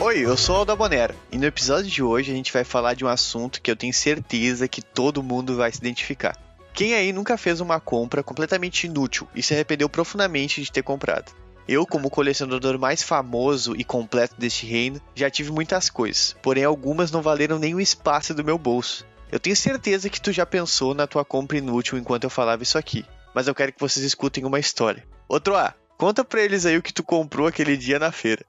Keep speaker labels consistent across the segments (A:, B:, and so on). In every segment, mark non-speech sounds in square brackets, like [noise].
A: Oi, eu sou o da Bonera e no episódio de hoje a gente vai falar de um assunto que eu tenho certeza que todo mundo vai se identificar. Quem aí nunca fez uma compra completamente inútil e se arrependeu profundamente de ter comprado? Eu, como colecionador mais famoso e completo deste reino, já tive muitas coisas, porém algumas não valeram nem o espaço do meu bolso. Eu tenho certeza que tu já pensou na tua compra inútil enquanto eu falava isso aqui, mas eu quero que vocês escutem uma história. Outro A, conta pra eles aí o que tu comprou aquele dia na feira.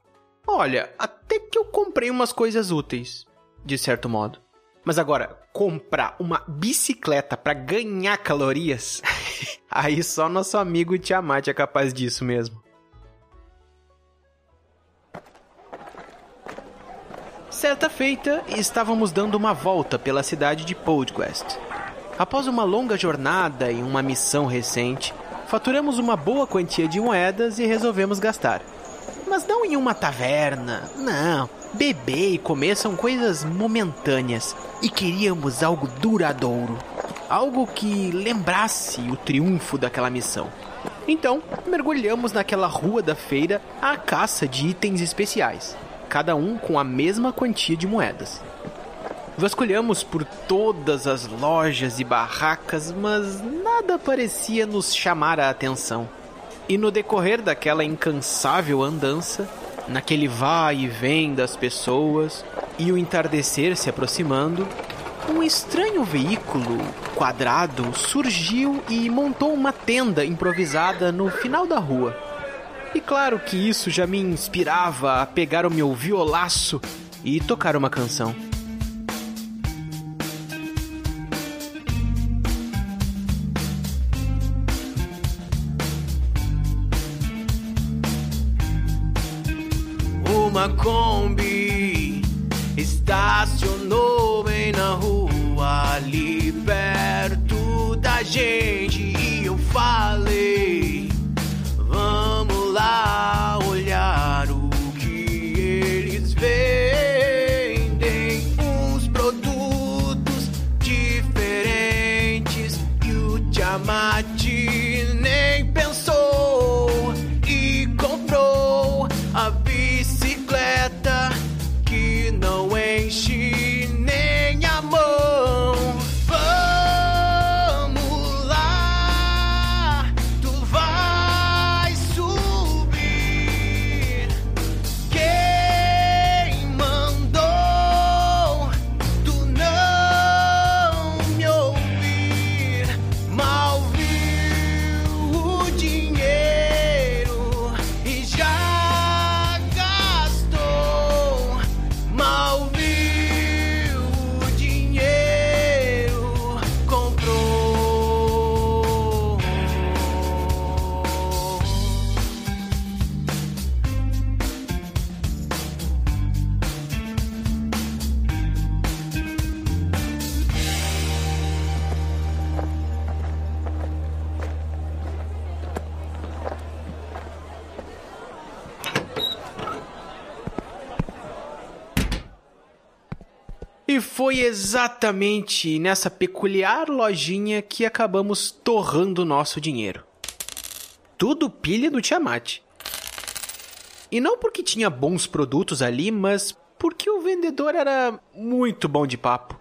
B: Olha, até que eu comprei umas coisas úteis, de certo modo. Mas agora, comprar uma bicicleta pra ganhar calorias? [laughs] Aí só nosso amigo Tiamat é capaz disso mesmo. Certa feita, estávamos dando uma volta pela cidade de Podquest. Após uma longa jornada e uma missão recente, faturamos uma boa quantia de moedas e resolvemos gastar. Mas não em uma taverna, não. Beber e comer são coisas momentâneas e queríamos algo duradouro. Algo que lembrasse o triunfo daquela missão. Então, mergulhamos naquela rua da feira à caça de itens especiais, cada um com a mesma quantia de moedas. Vasculhamos por todas as lojas e barracas, mas nada parecia nos chamar a atenção. E no decorrer daquela incansável andança, naquele vai e vem das pessoas e o entardecer se aproximando, um estranho veículo quadrado surgiu e montou uma tenda improvisada no final da rua. E claro que isso já me inspirava a pegar o meu violaço e tocar uma canção. Uma Kombi estacionou bem na rua, ali perto da gente. E eu falei: Vamos lá olhar o que eles vendem. Uns produtos diferentes e o Tiamat nem pensou e comprou a bicicleta que não enche nem a mão. Vamos lá, tu vai subir. Quem mandou tu não me ouvir? Mal viu o dinheiro e já gastou. Mal viu o dinheiro, comprou. E foi exatamente nessa peculiar lojinha que acabamos torrando nosso dinheiro. Tudo pilha do Tiamat. E não porque tinha bons produtos ali, mas porque o vendedor era muito bom de papo.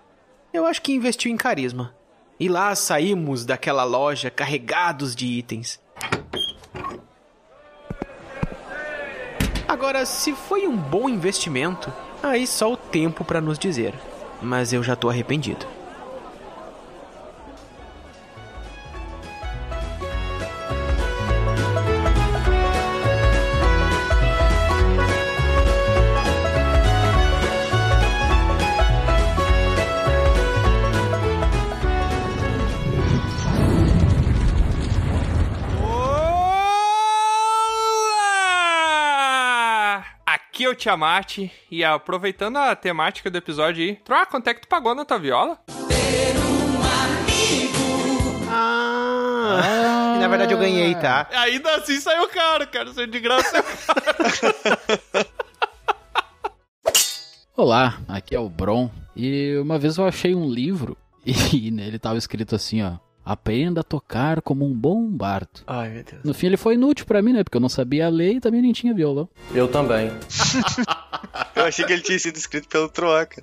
B: Eu acho que investiu em carisma. E lá saímos daquela loja carregados de itens. Agora, se foi um bom investimento, aí só o tempo pra nos dizer. Mas eu já tô arrependido.
C: Olá! Aqui é o Tiamat e aproveitando a temática do episódio aí, troca quanto é que tu pagou na tua viola?
B: Ah, na verdade eu ganhei, tá?
C: Ainda assim saiu caro, cara, saiu de graça.
D: Olá, aqui é o Bron e uma vez eu achei um livro [laughs] e nele tava escrito assim, ó: Aprenda a tocar como um bom bardo.
B: Ai, meu Deus.
D: No fim ele foi inútil pra mim, né? Porque eu não sabia ler e também nem tinha violão.
E: Eu também.
A: Eu achei que ele tinha sido escrito pelo Troaca.
C: [laughs]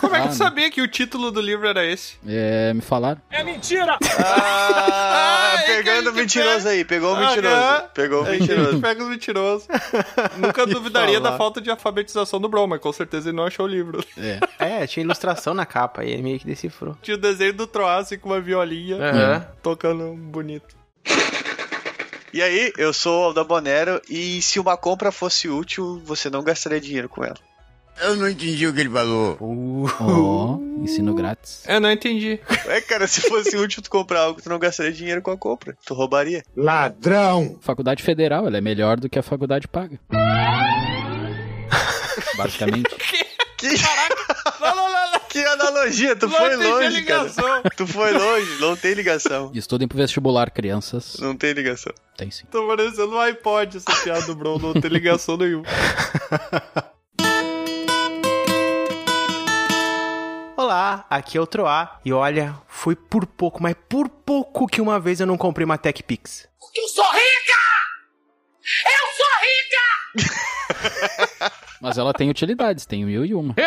C: Como é que
D: Ah,
C: tu sabia que o título do livro era esse?
D: É, me falaram.
A: Ah,
C: Ah, [laughs] é que a
A: pegando
C: gente
A: o mentiroso
C: pega-
A: aí, pegou o
C: Aham. É
A: mentiroso. Pegou o
C: A gente
A: [laughs] mentiroso.
C: pega
A: [laughs]
C: os mentirosos. Nunca
B: Que
C: duvidaria
B: falar.
C: da falta de alfabetização do Bron, mas com certeza ele não achou o livro.
D: É.
B: É, tinha ilustração na capa e ele meio que decifrou.
C: [laughs] Tinha o desenho do Troassi com uma
B: É.
C: violinha
A: É.
C: tocando um bonito.
A: E aí, eu sou o Alda Bonero e se uma compra fosse útil, você não gastaria dinheiro com ela.
E: Eu não entendi o que ele falou.
D: Ó, ensino grátis.
C: Eu não entendi.
A: É, cara, se fosse útil tu comprar algo, tu não gastaria dinheiro com a compra. Tu roubaria.
E: Ladrão!
D: Faculdade federal, ela é melhor do que a faculdade paga. Basicamente.
C: Não, não, não, não.
A: Que analogia, tu [laughs]
C: não
A: foi
C: entendi a
A: longe, cara.
C: ligação.
A: Tu foi longe, não tem ligação.
D: Estudem pro vestibular, crianças.
A: Não tem ligação.
D: Tem sim.
C: Tô parecendo um iPod essa piada do Bron, não tem ligação nenhuma.
B: Olá, aqui é o Troá. E olha, foi por pouco, mas por pouco que uma vez eu não comprei uma Tech Pix.
D: Mas ela tem utilidades, tem um mil e uma.
C: É,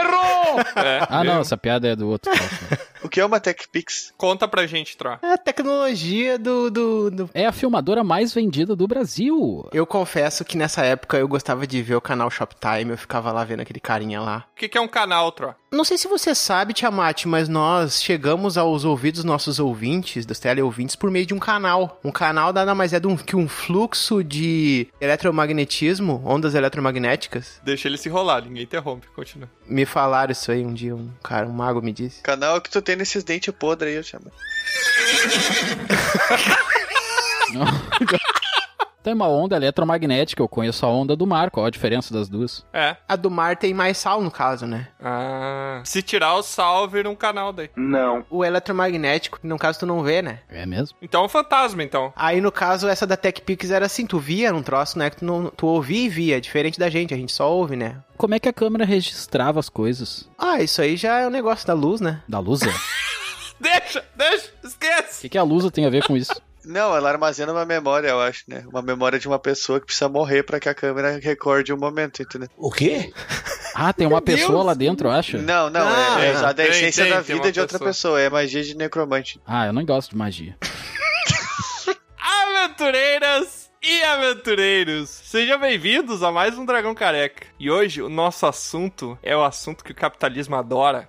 D: Ah, não, essa piada é do outro. cálculo.
A: O que é uma Tech Pix?
C: Conta pra gente, Tro.
B: É a tecnologia do, do, do-
D: É a filmadora mais vendida do Brasil.
B: Eu confesso que nessa época eu gostava de ver o canal Shoptime, eu ficava lá vendo aquele carinha lá.
C: O que, que é um canal, Tro?
B: Não sei se você sabe, Tiamat, mas nós chegamos aos ouvidos dos nossos ouvintes, dos teleouvintes, por meio de um canal. Um canal nada mais é do que um fluxo de eletromagnetismo, ondas eletromagnéticas.
C: Deixa ele se enrolar, ninguém interrompe, continua.
B: Me falaram isso aí um dia, um cara, um mago me disse.
A: Canal que tu tem nesses dentes podres aí, eu chamo.
D: Tem Então é uma onda eletromagnética, eu conheço a onda do Marco, ó a diferença das duas.
C: É.
B: A do mar tem mais sal, no caso, né?
C: Ah. Se tirar o sal, vira um canal daí.
B: O eletromagnético, no caso, tu não vê, né?
D: É mesmo?
C: Então é um fantasma, então.
B: Aí, no caso, essa da TechPix era assim, tu via num troço, né? Que tu, não, tu ouvia e via, diferente da gente, a gente só ouve, né?
D: Como é que a câmera registrava as coisas?
B: Ah, isso aí já é um negócio da luz, né?
D: Da Lusa? O
C: Deixa, deixa, esquece.
D: que, que a Lusa tem a ver com isso?
A: Não, ela armazena uma memória, eu acho, né? Uma memória de uma pessoa que precisa morrer pra que a câmera recorde o momento, entendeu?
D: Ah, tem uma pessoa lá dentro, eu acho.
A: Não, não, é, é
B: Ah,
A: a da
C: tem,
A: essência
C: tem,
A: da
C: tem
A: vida
C: uma
A: de outra
C: pessoa.
A: pessoa, é magia de necromante.
D: Ah, eu não gosto de magia.
C: Aventureiras e aventureiros, sejam bem-vindos a mais um Dragão Careca. E hoje o nosso assunto é o assunto que o capitalismo adora.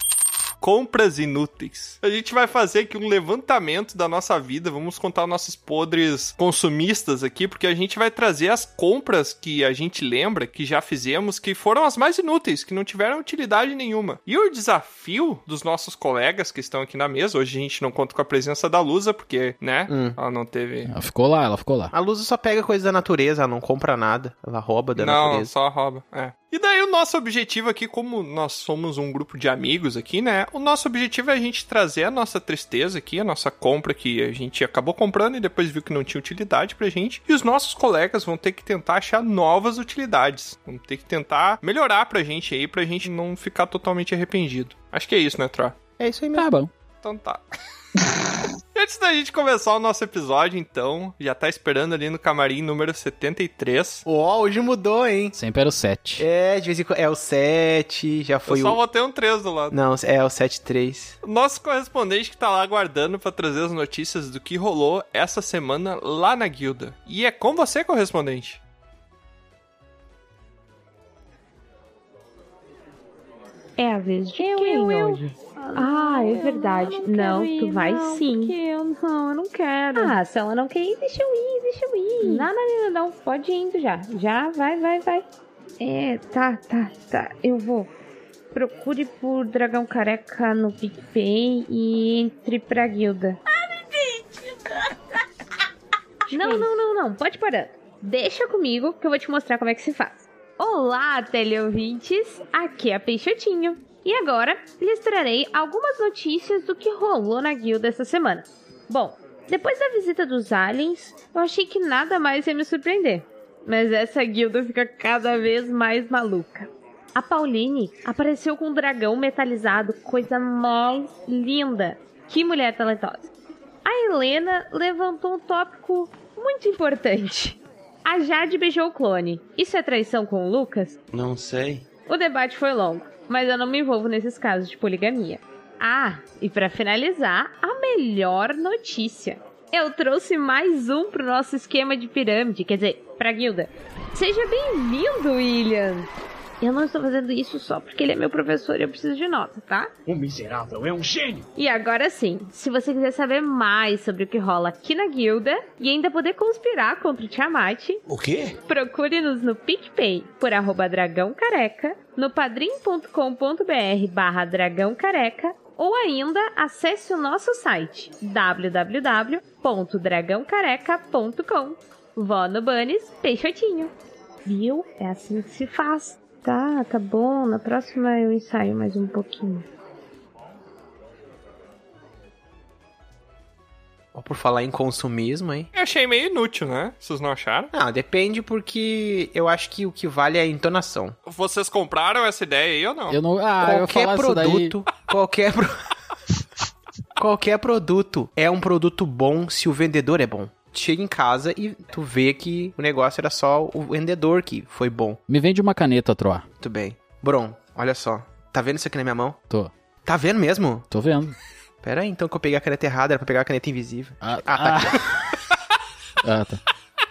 C: Compras inúteis. A gente vai fazer aqui um levantamento da nossa vida. Vamos contar nossos podres consumistas aqui, porque a gente vai trazer as compras que a gente lembra que já fizemos, que foram as mais inúteis, que não tiveram utilidade nenhuma. E o desafio dos nossos colegas que estão aqui na mesa, hoje a gente não conta com a presença da Lusa, porque, né,
B: Hum.
C: ela não teve
D: Ela ficou lá, ela ficou lá.
B: A Lusa só pega coisa da natureza, ela não compra nada. Ela rouba da
C: não,
B: natureza.
C: só rouba. É. E daí o nosso objetivo aqui, como nós somos um grupo de amigos aqui, né? O nosso objetivo é a gente trazer a nossa tristeza aqui, a nossa compra que a gente acabou comprando e depois viu que não tinha utilidade pra gente. E os nossos colegas vão ter que tentar achar novas utilidades. Vão ter que tentar melhorar pra gente aí, pra gente não ficar totalmente arrependido. Acho que é isso, né, Tro?
B: É isso aí
D: Tá
B: mesmo.
D: bom.
B: [laughs]
C: Então tá. Antes da gente começar o nosso episódio, então, já tá esperando ali no camarim número 73.
B: O ó hoje mudou, hein?
D: Sempre era o 7.
B: É, de vez em quando. É o 7, já foi
C: Eu só
B: o.
C: botei um 3 do lado.
B: Não, é o 7-3.
C: Nosso correspondente que tá lá aguardando pra trazer as notícias do que rolou essa semana lá na guilda. E é com você, correspondente.
F: É a vez de quem hoje? Ah, é verdade. Não, tu vai sim. não, eu não quero. Ah, se ela não quer ir, deixa eu ir, deixa eu ir. Não, não, não, não, não. Pode ir indo já. Já, vai, vai, vai. É, tá, tá, tá. Eu vou. Procure por Dragão Careca no PicPay e entre pra guilda. Não, não, não, não. Pode parar. Deixa comigo que eu vou te mostrar como é que se faz. Olá, teleouvintes! Aqui é a Peixotinho. E agora lhes trarei algumas notícias do que rolou na guilda essa semana. Bom, depois da visita dos aliens, eu achei que nada mais ia me surpreender. Mas essa guilda fica cada vez mais maluca. A Pauline apareceu com um dragão metalizado, coisa mais linda. Que mulher talentosa. A Helena levantou um tópico muito importante. A A Jade beijou o clone. Isso é traição com o Lucas?
G: Não sei.
F: O debate foi longo, mas eu não me envolvo nesses casos de poligamia. Ah, e pra finalizar, a melhor notícia. Eu trouxe mais um pro nosso esquema de pirâmide, quer dizer, pra guilda. Seja bem-vindo, William. Eu não estou fazendo isso só porque ele é meu professor e eu preciso de nota, tá?
H: O miserável é um gênio!
F: E agora sim, se você quiser saber mais sobre o que rola aqui na guilda e ainda poder conspirar contra o Tiamat,
G: O quê?
F: Procure-nos no PicPay por arroba Dragão Careca, no padrim.com.br barra Dragão Careca ou ainda acesse o nosso site www.dragãocareca.com. Vó no Banes, Peixotinho. Viu? É assim que se faz. Tá, tá bom. Na próxima eu ensaio mais um pouquinho.
B: Ó, Por falar em consumismo, hein?
C: Eu achei meio inútil, né? Vocês não acharam?
B: Não, depende porque eu acho que o que vale é a entonação.
C: Vocês compraram essa ideia aí ou não?
D: Eu não. Ah, eu ia
B: qualquer
D: falar isso daí.
B: produto, qualquer pro- [laughs] qualquer produto é um produto bom se o vendedor é bom. Chega em casa e tu vê que o negócio era só o vendedor que foi bom.
D: Me vende uma caneta, Troa.
B: Muito bem. Bron, olha só. Tá vendo isso aqui na minha mão?
D: Tô.
B: Tá vendo mesmo?
D: Tô vendo.
B: Pera aí, então que eu peguei a caneta errada, era pra pegar a caneta invisível.
D: Ah,
B: tá
D: ah, tá.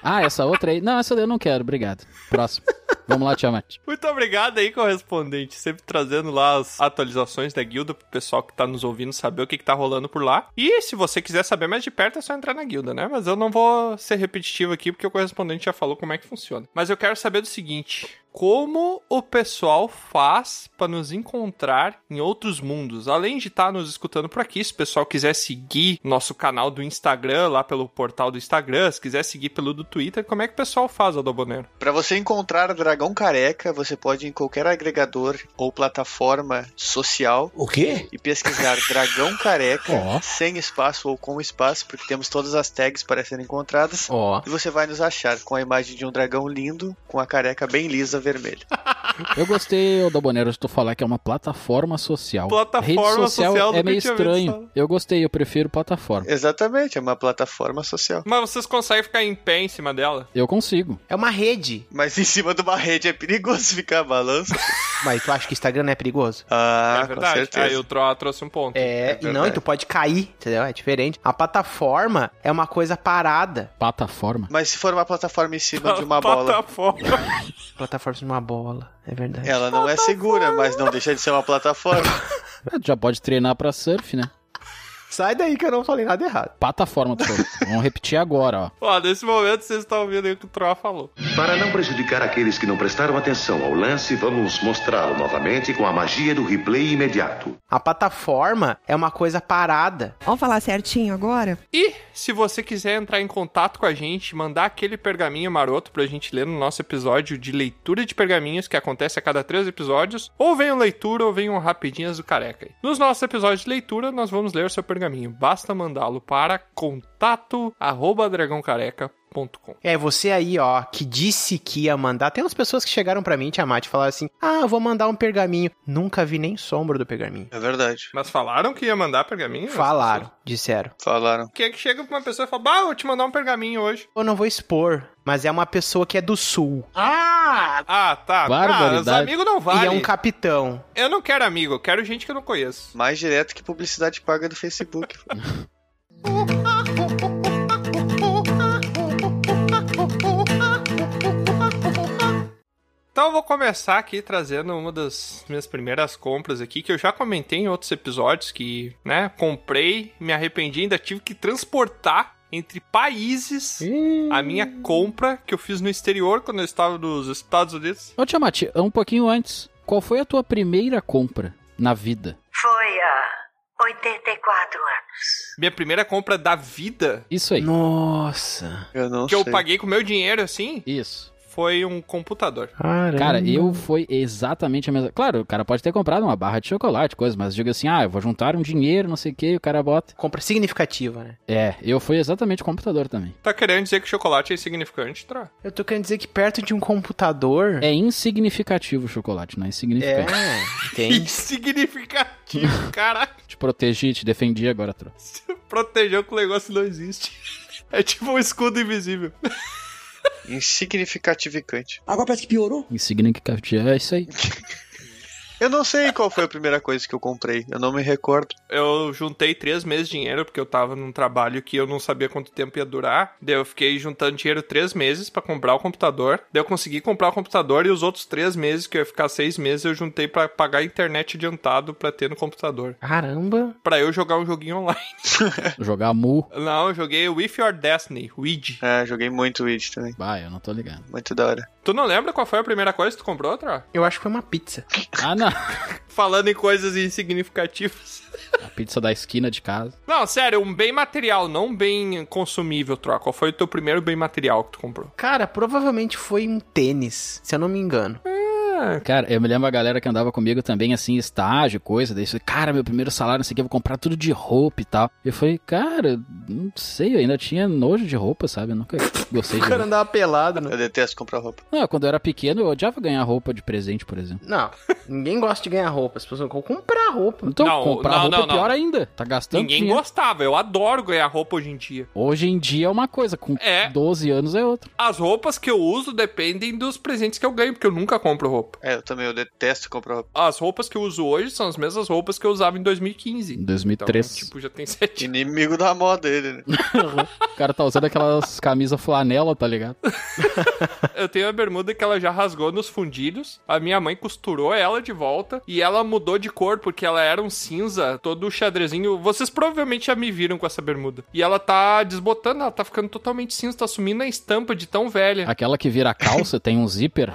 D: Ah, essa outra aí. Não, essa daí eu não quero, obrigado. Próximo. Vamos lá, Tiamat.
C: Muito obrigado aí, correspondente. Sempre trazendo lá as atualizações da guilda pro pessoal que tá nos ouvindo saber o que, que tá rolando por lá. E se você quiser saber mais de perto, é só entrar na guilda, né? Mas eu não vou ser repetitivo aqui, porque o correspondente já falou como é que funciona. Mas eu quero saber do seguinte. Como o pessoal faz pra nos encontrar em outros mundos? Além de estar nos escutando por aqui, se o pessoal quiser seguir nosso canal do Instagram, lá pelo portal do Instagram, se quiser seguir pelo do Twitter, como é que o pessoal faz, Adobonero?
A: Para você encontrar Dragão Careca, você pode ir em qualquer agregador ou plataforma social
G: O quê?
A: e pesquisar Dragão Careca,
D: Ó.
A: sem espaço ou com espaço, porque temos todas as tags para serem encontradas.
B: Ó.
A: E você vai nos achar com a imagem de um dragão lindo, com a careca bem lisa vermelha.
D: Eu gostei, ô Dabonero, de tu falar que é uma plataforma social.
C: Plataforma
D: Rede social,
C: social,
D: é
C: nunca
D: meio
C: tinha ouvido falar.
D: estranho. Eu gostei, eu prefiro plataforma.
A: Exatamente, é uma plataforma social.
C: Mas vocês conseguem ficar em pé em cima dela?
D: Eu consigo.
B: É uma rede.
A: Mas em cima de uma rede é perigoso ficar balanço.
B: Mas tu acha que o Instagram não é perigoso?
A: Ah,
C: é verdade.
A: com certeza.
C: Aí o Tro trouxe um [laughs] ponto.
B: É, e não,
A: verdade.
B: e tu pode cair, entendeu? É diferente. A plataforma é uma coisa parada.
D: Plataforma.
A: Mas se for uma plataforma em cima de uma bola,
C: Plataforma.
B: Plataforma de uma bola, é verdade.
A: ela não é segura, mas não deixa de ser uma plataforma.
D: Ah, tu já pode treinar pra surf, né?
B: Sai daí que eu não falei nada errado.
D: Plataforma, tu
C: [laughs]
D: falou. Vamos repetir agora, ó.
C: Ó, nesse momento vocês estão ouvindo aí o que o Tro falou.
I: Para não prejudicar aqueles que não prestaram atenção ao lance, vamos mostrá-lo novamente com a magia do replay imediato.
B: A plataforma é uma coisa parada.
J: Vamos falar certinho agora?
C: E se você quiser entrar em contato com a gente, mandar aquele pergaminho maroto pra gente ler no nosso episódio de leitura de pergaminhos, que acontece a cada três episódios, ou venham leitura ou venham rapidinhas do careca. aí. Nos nossos episódios de leitura, nós vamos ler o seu pergaminho. Basta mandá-lo para contato arroba dragãocareca.com.
B: É, você aí, ó, que disse que ia mandar. Tem umas pessoas que chegaram pra mim, Tiamat, e falaram assim: Ah, eu vou mandar um pergaminho. Nunca vi nem sombra do pergaminho.
A: É verdade.
C: Mas falaram que ia mandar pergaminho?
B: Falaram, disseram.
A: Falaram.
C: Quem é que chega pra uma pessoa e fala, bah, eu vou te mandar um pergaminho hoje.
B: Eu não vou expor, mas é uma pessoa que é do sul.
C: Ah, tá. Cara, os
D: Barbaridade.
C: amigos não valem.
B: E é um capitão.
C: Eu não quero amigo, eu quero gente que eu não conheço.
A: Mais direto que publicidade paga do Facebook.
C: Então eu vou começar aqui trazendo uma das minhas primeiras compras aqui, que eu já comentei em outros episódios, que, né, comprei, me arrependi, ainda tive que transportar entre países a minha compra que eu fiz no exterior quando eu estava nos Estados Unidos.
D: Ô, Tiamat, um pouquinho antes. Qual foi a tua primeira compra na vida?
K: Foi há 84 anos.
C: Minha primeira compra da vida,
D: Isso aí.
B: Nossa.
A: Eu não
C: que eu
A: sei.
C: paguei com meu dinheiro, assim,
D: Isso.
C: foi um computador.
D: Cara, eu foi exatamente a mesma. Claro, o cara pode ter comprado uma barra de chocolate, coisa, mas diga assim, ah, eu vou juntar um dinheiro, não sei o que, o cara bota.
B: Compra significativa, né?
D: É, eu fui exatamente o computador também.
C: Tá querendo dizer que chocolate é insignificante, Tro?
B: Eu tô querendo dizer que perto de um computador.
D: É insignificativo o chocolate, não é
B: É,
D: insignificante.
B: entende? [laughs]
C: Insignificativo, cara.
D: Te protegi, te defendi agora, tro.
C: Protegeu que o negócio não existe. É tipo um escudo invisível.
A: Insignificatificante.
G: Agora parece que piorou.
D: Insignificante. É isso aí.
A: Eu não sei qual foi a primeira coisa que eu comprei, eu não me recordo.
C: Eu juntei três meses de dinheiro, porque eu tava num trabalho que eu não sabia quanto tempo ia durar. Daí eu fiquei juntando dinheiro três meses pra comprar o computador. Daí eu consegui comprar o computador e os outros três meses, que eu ia ficar seis meses, eu juntei pra pagar a internet adiantado pra ter no computador.
B: Caramba.
C: Pra eu jogar um joguinho online. [laughs]
D: Jogar mu.
C: Não, eu joguei With Your Destiny, Weed.
A: É, joguei muito Witch também.
D: Bah, eu não tô ligado.
A: Muito da hora.
C: Tu não lembra qual foi a primeira coisa que tu comprou, Tro?
B: Eu acho que foi uma pizza.
D: Ah, não.
C: Falando em coisas insignificativas.
D: A pizza da esquina de casa.
C: Não, sério, um bem material, não um bem consumível, Tro. Qual foi o teu primeiro bem material que tu comprou?
B: Cara, provavelmente foi um tênis, se eu não me engano.
D: Cara, eu me lembro a galera que andava comigo também, assim, estágio, coisa. Daí, isso, cara, meu primeiro salário, não sei o que, eu vou comprar tudo de roupa e tal. Eu falei, cara, não sei, eu ainda tinha nojo de roupa, sabe? Eu nunca gostei de
B: O cara
D: roupa.
B: andava pelado, né?
A: Eu detesto comprar roupa.
D: Não, quando eu era pequeno, eu odiava ganhar roupa de presente, por exemplo.
B: Não, ninguém gosta de ganhar roupa. As pessoas vão comprar roupa.
D: Então,
C: Não,
D: comprar
C: não,
D: roupa
C: não,
D: é pior
C: não.
D: ainda. Tá gastando
C: Ninguém
D: dinheiro.
C: gostava, eu adoro ganhar roupa hoje em dia.
D: Hoje em dia é uma coisa, com
C: É.
D: 12 anos é outra.
C: As roupas que eu uso dependem dos presentes que eu ganho, porque eu nunca compro roupa.
A: É, eu também, eu detesto comprar roupa.
C: As roupas que eu uso hoje são as mesmas roupas que eu usava em 2015.
D: Em 2003.
C: Então, tipo, já tem sete anos.
A: Inimigo da moda ele, né?
D: O cara tá usando aquelas camisas flanela, tá ligado?
C: Eu tenho a bermuda que ela já rasgou nos fundilhos. A minha mãe costurou ela de volta e ela mudou de cor porque ela era um cinza, todo xadrezinho. Vocês provavelmente já me viram com essa bermuda. E ela tá desbotando, ela tá ficando totalmente cinza, tá sumindo a estampa de tão velha.
D: Aquela que vira calça, tem um zíper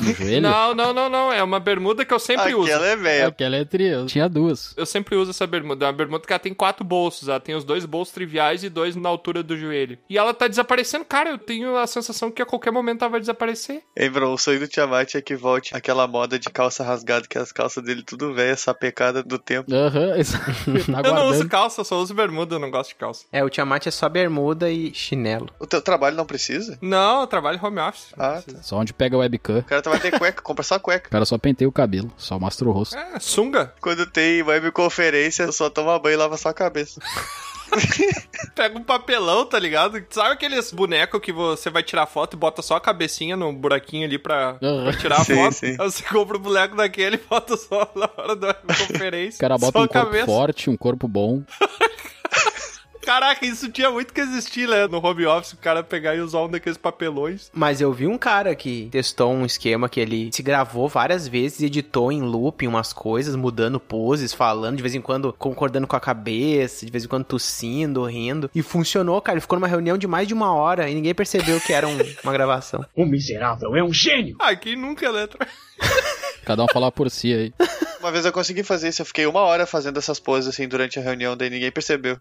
D: no joelho.
C: É. Não, não, não, não. É uma bermuda que eu sempre uso.
A: Aquela é velha.
D: Aquela é trio. Tinha duas.
C: Eu sempre uso essa bermuda. É uma bermuda que ela tem quatro bolsos. Ela tem os dois bolsos triviais e dois na altura do joelho. E ela tá desaparecendo. Cara, eu tenho a sensação que a qualquer momento ela vai desaparecer.
A: Ei, bro, o sonho do Tiamat é que volte aquela moda de calça rasgada, que as calças dele tudo velha, sapecada do tempo.
D: Aham, [laughs] essa- tá
C: Eu não uso
D: guardando.
C: calça, eu só uso bermuda. Eu não gosto de calça.
B: É, o Tiamat é só bermuda e chinelo.
A: O teu trabalho não precisa?
C: Não, eu trabalho home office. não
A: Ah,
C: precisa.
D: Só onde pega a webcam.
A: O cara tá vai ter cueca, compra só
D: O
A: cueca.
D: cara só penteia o cabelo, só mostra o rosto.
C: É, sunga.
A: Quando tem webconferência, só toma banho e lava só a cabeça.
C: Pega um papelão, tá ligado? Sabe aqueles bonecos que você vai tirar foto e bota só a cabecinha no buraquinho ali pra, pra
D: Aham.
C: tirar a
A: Sim,
C: foto?
A: sim.
C: Aí Você compra o boneco daquele e bota só na hora da conferência.
D: [laughs] O cara bota
C: só
D: um corpo forte, um corpo bom.
C: Caraca, isso tinha muito que existir, né? No home office, o cara pegar e usar um daqueles papelões.
B: Mas eu vi um cara que testou um esquema que ele se gravou várias vezes, editou em looping umas coisas, mudando poses, falando, de vez em quando concordando com a cabeça, de vez em quando tossindo, rindo. E funcionou, cara. Ele ficou numa reunião de mais de uma hora e ninguém percebeu que [laughs] era um- uma gravação.
H: O miserável é um gênio!
C: Ah, quem nunca, né?
D: Cada um falar por si aí.
A: Uma vez eu consegui fazer isso, eu fiquei uma hora fazendo essas poses assim durante a reunião, daí ninguém percebeu.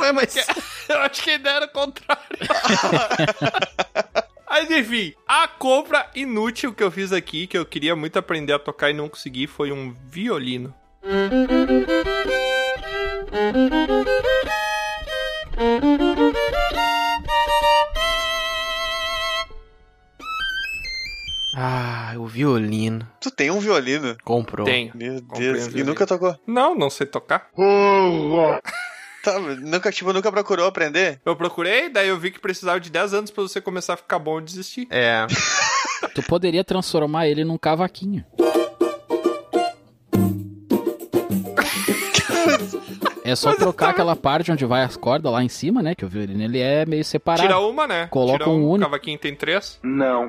B: Ué, mas...
C: Eu acho que a ideia era o contrário. [laughs] Mas enfim, a compra inútil que eu fiz aqui, que eu queria muito aprender a tocar e não consegui, foi um violino.
B: Ah, o violino.
A: Tu tem um violino?
B: Comprou.
C: Tenho.
A: Meu
C: Comprei um
A: Deus, e
C: violino.
A: nunca tocou?
C: Não, não sei tocar.
A: Tá, nunca, tipo, nunca procurou aprender?
C: Eu procurei, daí eu vi que precisava de 10 anos pra você começar a ficar bom e desistir.
B: É,
D: Tu poderia transformar ele num cavaquinho. É só trocar aquela parte onde vai as cordas lá em cima, né? Que o violino ele é meio separado.
C: Tira uma, né?
D: Coloca
C: Tira
D: um único.
C: cavaquinho tem três.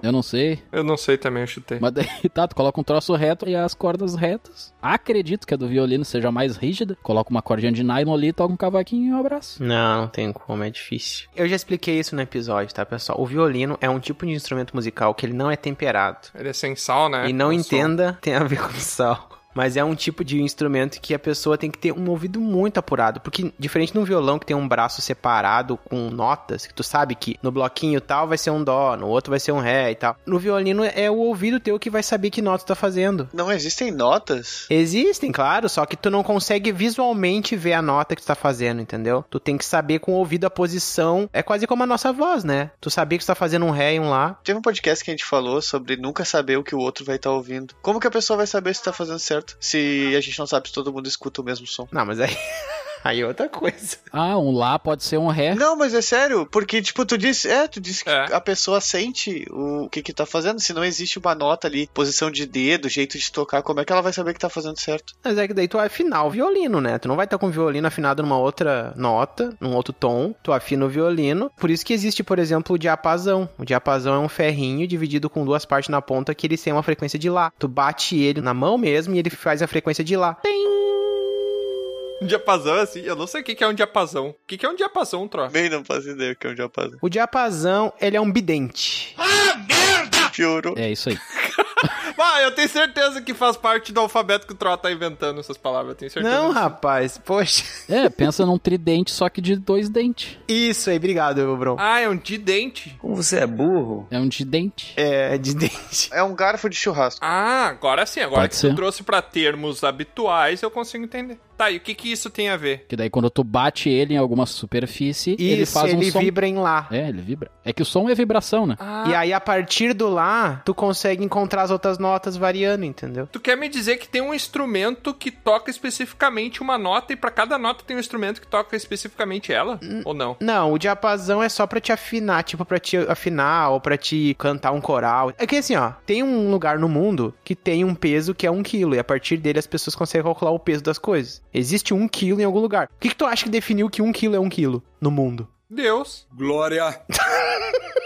D: Eu não sei.
C: Eu não sei também, eu chutei.
D: Mas daí, [laughs] tá, tu coloca um troço reto e as cordas retas. Acredito que a do violino seja mais rígida. Coloca uma cordinha de nylon ali, toca um cavaquinho e um abraço.
B: Não, não tem como, é difícil. Eu já expliquei isso no episódio, tá, pessoal? O violino é um tipo de instrumento musical que ele não é temperado.
C: Ele é sem sal, né?
B: e não
C: Eu sou-
B: entenda, [laughs] tem a ver com sal. Mas é um tipo de instrumento que a pessoa tem que ter um ouvido muito apurado. Porque, diferente de um violão que tem um braço separado com notas, que tu sabe que no bloquinho tal vai ser um dó, no outro vai ser um ré e tal. No violino é o ouvido teu que vai saber que nota tu tá fazendo.
A: Não existem notas?
B: Existem, claro, só que tu não consegue visualmente ver a nota que tu tá fazendo, entendeu? Tu tem que saber com o ouvido a posição. É quase como a nossa voz, né? Tu sabia que tu tá fazendo um ré e um lá.
A: Teve um podcast que a gente falou sobre nunca saber o que o outro vai estar ouvindo. tá Como que a pessoa vai saber se tá fazendo certo? Se a gente não sabe se todo mundo escuta o mesmo som.
B: Não, mas aí. [laughs] Aí é outra coisa.
D: Ah, um lá pode ser um ré.
A: Não, mas é sério, porque, tipo, tu disse, é, tu disse que
C: É.
A: a pessoa sente o que que tá fazendo, se não existe uma nota ali, posição de dedo, jeito de tocar, como é que ela vai saber que tá fazendo certo?
B: Mas é que daí tu afina o violino, né? Tu não vai estar com o violino afinado numa outra nota, num outro tom. Tu afina o violino. Por isso que existe, por exemplo, o diapasão. O diapasão é um ferrinho dividido com duas partes na ponta que ele tem uma frequência de lá. Tu bate ele na mão mesmo e ele faz a frequência de lá.
C: Um [laughs] diapasão é assim, eu não sei o que que é um diapasão. O que que é um diapasão, Tro?
A: Bem, não faço ideia o que é um diapasão.
B: O diapasão, ele é um bidente.
A: Piorou.
D: É isso aí.
C: Ah, eu tenho certeza que faz parte do alfabeto que o Tro tá inventando essas palavras, eu tenho certeza.
B: Não, rapaz, poxa.
D: É, pensa num tridente, só que de dois dentes.
B: Isso aí, obrigado, Bron.
C: Ah, é um didente.
D: É um de dente.
B: É, de dente.
A: É um garfo de churrasco.
C: Ah, agora sim, agora
D: Pode
C: que
D: ser.
C: tu trouxe pra termos habituais, eu consigo entender. Tá, e o que que isso tem a ver?
D: Que daí quando tu bate ele em alguma superfície,
B: Isso,
D: ele faz um som.
B: vibra em lá.
D: É, ele vibra. É que o som é vibração, né?
C: Ah,
B: E aí, a partir do lá, tu consegue encontrar as outras notas variando, entendeu?
C: tu quer me dizer que tem um instrumento que toca especificamente uma nota e pra cada nota tem um instrumento que toca especificamente ela?
B: Hum.
C: Ou não?
B: Não, o diapasão é só pra te afinar, tipo, pra te afinar ou pra te cantar um coral. É que assim, ó, tem um lugar no mundo que tem um peso que é um quilo, e a partir dele as pessoas conseguem calcular o peso das coisas. Existe um quilo em algum lugar. O que, que tu acha que definiu que um quilo é um quilo no mundo?
C: Deus.
E: Glória.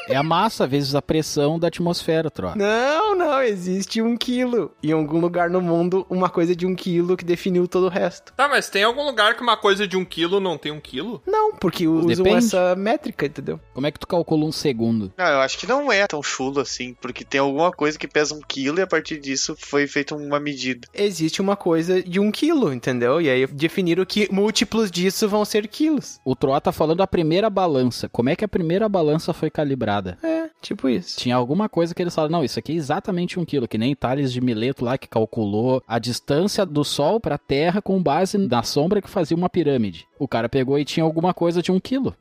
D: É a massa, vezes a pressão da atmosfera, troca.
B: Não, não, existe um quilo. Em algum lugar no mundo, uma coisa de um quilo que definiu todo o resto.
C: Tá, mas tem algum lugar que uma coisa de um quilo não tem um quilo?
B: Não, porque usam
D: Depende.
B: essa métrica, entendeu?
D: Como é que tu calcula um segundo?
A: Não, eu acho que não é tão chulo assim, porque tem alguma coisa que pesa um quilo e a partir disso foi feita uma medida.
B: Existe uma coisa de um quilo, entendeu? E aí definiram que múltiplos disso vão ser quilos.
D: O Troá tá falando da primeira balança. Como é que a primeira balança foi calibrada?
B: É, tipo isso.
D: Tinha alguma coisa que eles falaram, não, isso aqui é exatamente um quilo, que nem Thales de Mileto lá que calculou a distância do Sol pra Terra com base na sombra que fazia uma pirâmide. O cara pegou e tinha alguma coisa de um quilo.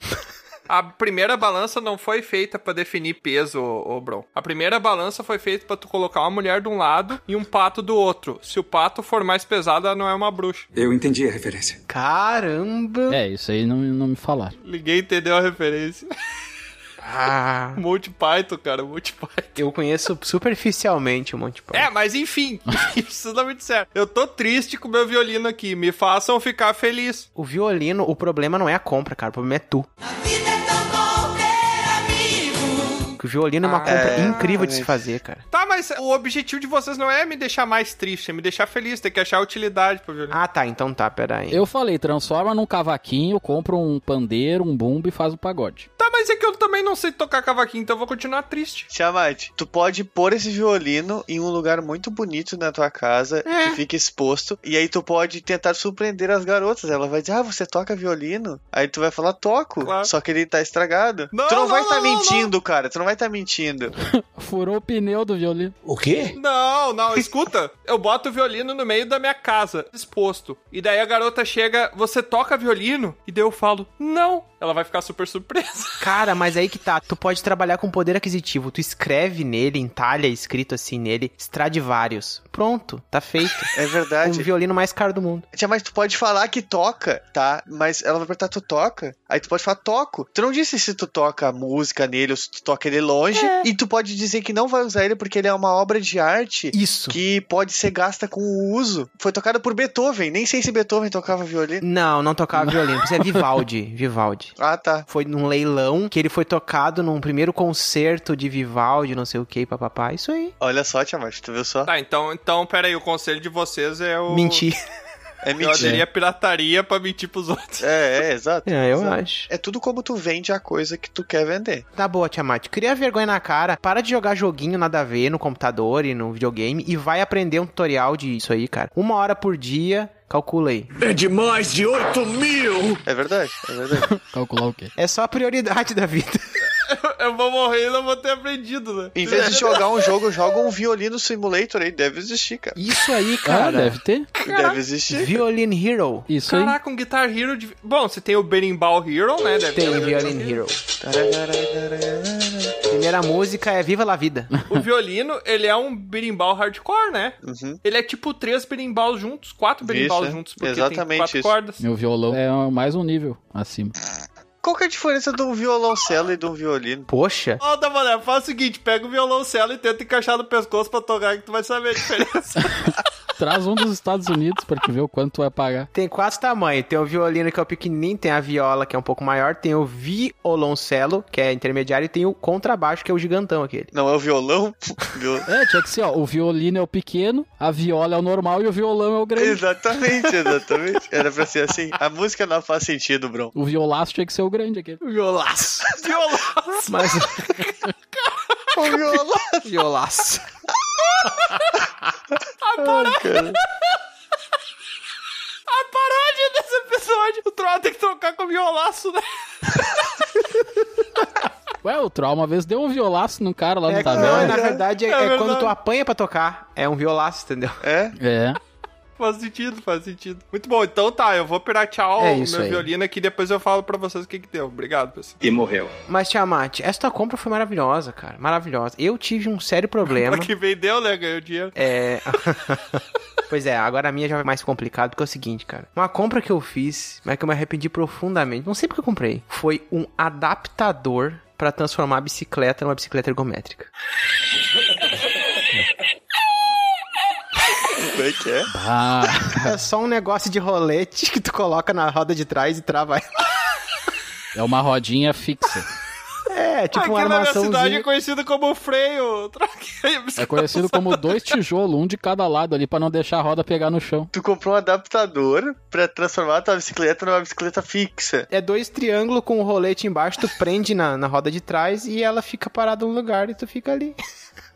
C: A primeira balança não foi feita pra definir peso, ô, ô Bron. A primeira balança foi feita pra tu colocar uma mulher de um lado e um pato do outro. Se o pato for mais pesado, ela não é uma bruxa.
G: Eu entendi a referência.
B: Caramba!
D: É, isso aí não, não me falaram.
C: Ninguém entendeu a referência. [laughs]
B: Ah,
C: Monty Python, cara, Monty Python.
B: eu conheço superficialmente um o Monty Python.
C: É, mas enfim, [laughs] isso não me disseram. Eu tô triste com o meu violino aqui, me façam ficar feliz.
B: O violino, o problema não é a compra, cara, o problema é tu.
K: é
B: O violino é uma compra incrível de se fazer, cara.
C: Tá, mas o objetivo de vocês não é me deixar mais triste, é me deixar feliz, tem que achar utilidade pro violino.
B: Ah, tá, então tá, peraí.
D: Eu falei, transforma num cavaquinho, compra um pandeiro, um bumbo e faz um pagode.
C: Tá, mas é que eu também não sei tocar cavaquinho, então eu vou continuar triste.
A: Tiamat, tu pode pôr esse violino em um lugar muito bonito na tua casa, que
C: É.
A: fica exposto, e aí tu pode tentar surpreender as garotas. Ela vai dizer, ah, você toca violino? Aí tu vai falar, toco,
C: Claro.
A: só que ele tá estragado.
C: Não,
A: tu não,
C: não,
A: vai
C: não,
A: estar tá
C: não, não.
A: mentindo, cara, tu não vai estar tá mentindo.
D: Furou o pneu do violino.
E: O quê?
C: Não, não, escuta. [laughs] Eu boto o violino no meio da minha casa, exposto. E daí a garota chega, você toca violino? E daí eu falo, não. Ela vai ficar super surpresa. [laughs]
B: Cara, mas aí que tá. Tu pode trabalhar com poder aquisitivo. Tu escreve nele, entalha escrito assim nele, Stradivarius. Pronto, tá feito.
A: É
B: O
A: verdade.
B: violino mais caro do mundo.
A: Tia, mas tu pode falar que toca, tá? Mas ela vai perguntar, tu toca? Aí tu pode falar, toco. Tu não disse se tu toca a música nele ou se tu toca ele longe.
C: É.
A: E tu pode dizer que não vai usar ele porque ele é uma obra de arte
B: Isso.
A: que pode ser gasta com o uso. Foi tocada por Beethoven. Nem sei se Beethoven tocava violino.
B: Não, não tocava violino. Isso é Vivaldi. Vivaldi.
A: Ah, tá.
B: Foi num leilão que ele foi tocado num primeiro concerto de Vivaldi, não sei o que, papapá. Isso aí.
A: Olha só, Tiamat, tu viu só?
C: Tá, então, então, pera aí, o conselho de vocês é o...
B: Mentir.
A: É
C: Eu
A: mentira.
C: aderi à pirataria pra mentir pros [laughs] outros.
A: É, é, exato.
B: [laughs] É, eu
A: exato.
B: acho.
A: É tudo como tu vende a coisa que tu quer vender.
B: Tá boa, Tiamat. Cria vergonha na cara, para de jogar joguinho nada a ver no computador e no videogame e vai aprender um tutorial disso aí, cara. Uma hora por dia, calculei.
E: É de mais de 8 mil!
A: É verdade, é
C: [laughs]
A: verdade.
D: Calcular o quê?
B: É só a prioridade [laughs] da vida.
C: Eu vou morrer e não vou ter aprendido, né?
A: em vez de jogar um jogo, joga um violino simulator aí. Deve existir, cara.
B: Isso aí,
D: Ah,
B: cara.
D: deve ter.
A: Deve existir.
B: Violin Hero.
D: Isso aí.
C: Caraca, um Guitar Hero de... Bom, você tem o Berimbau Hero, né? Deve
B: Tem
C: ter-
B: Violin Hero. primeira música é Viva la Vida.
C: O violino, ele é um berimbau hardcore, né?
A: Uhum.
C: Ele é tipo três berimbaus juntos, quatro berimbaus
A: Isso, é.
C: juntos, porque tem
A: exatamente
C: quatro
A: isso.
C: cordas.
D: Meu violão é mais um nível acima.
A: Qual que é a diferença de um violoncelo e de um violino?
B: Poxa.
C: Ó, tá mané, faz o seguinte, pega o violoncelo e tenta encaixar no pescoço pra tocar, que tu vai saber a diferença.
A: [laughs]
D: Traz um dos Estados Unidos pra te ver o quanto tu vai pagar.
B: Tem quatro tamanhos. Tem o violino, que é o pequenininho, tem a viola, que é um pouco maior, tem o violoncelo, que é intermediário, e tem o contrabaixo, que é o gigantão aquele.
A: Não é o violão? [laughs] Viol-
D: É, tinha que ser, ó, o violino é o pequeno, a viola é o normal e o violão é o grande.
A: exatamente, exatamente. Era pra ser assim. A música não faz sentido, Bron.
D: O violaço tinha que ser o grande aquele.
B: Violaço.
C: Violaço! [laughs]
B: Mas
A: O violão.
B: [laughs] violaço.
C: A paródia desse episódio, o Troll tem que trocar com o violaço, né?
D: Ué, o Troll uma vez deu um violaço num cara lá
B: É,
D: no
B: não, é,
D: taverna.
B: na verdade, é,
C: É
B: é
C: verdade.
B: quando tu apanha pra tocar. É um violaço, entendeu?
A: É?
D: É.
C: Faz sentido, faz sentido. Muito bom, então tá, eu vou piratear o
B: É isso
C: meu
B: aí.
C: violino aqui, depois eu falo pra vocês o que que deu. Obrigado, pessoal.
E: E morreu.
B: Mas, Tiamat, esta compra foi maravilhosa, cara. Maravilhosa. Eu tive um sério problema.
C: Pra quem vendeu, né, ganhou dinheiro.
B: É. [laughs] pois é, agora a minha já é mais complicado, porque é o seguinte, cara. Uma compra que eu fiz, mas que eu me arrependi profundamente, não sei porque eu comprei, foi um adaptador pra transformar a bicicleta numa bicicleta ergométrica.
A: Como é que é?
D: Ah,
B: É só um negócio de rolete que tu coloca na roda de trás e trava. ela.
D: é uma rodinha fixa.
B: [laughs] É, tipo
C: Aqui
B: uma
C: na minha cidade é
B: armaçãozinha.
C: conhecido como freio.
D: É conhecido como dois tijolos, um de cada lado ali, pra não deixar a roda pegar no chão.
A: Tu comprou um adaptador pra transformar a tua bicicleta numa bicicleta fixa.
B: É dois triângulos com um rolete embaixo, tu prende na, na roda de trás e ela fica parada no lugar e tu fica ali.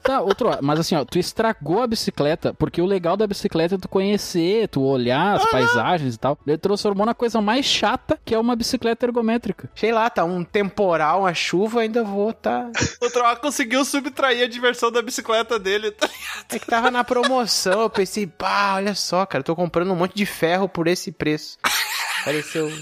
D: Tá, outro, mas assim, ó, tu estragou a bicicleta, porque o legal da bicicleta é tu conhecer, tu olhar as paisagens e tal. Ele transformou na coisa mais chata, que é uma bicicleta ergométrica.
B: Sei lá, tá um temporal, uma chuva, ainda vou tá.
C: O Troll conseguiu subtrair a diversão da
B: [laughs]
C: bicicleta dele.
B: É que tava na promoção, eu pensei, pá, olha só, cara, eu tô comprando um monte de ferro por esse preço. [laughs] Pareceu.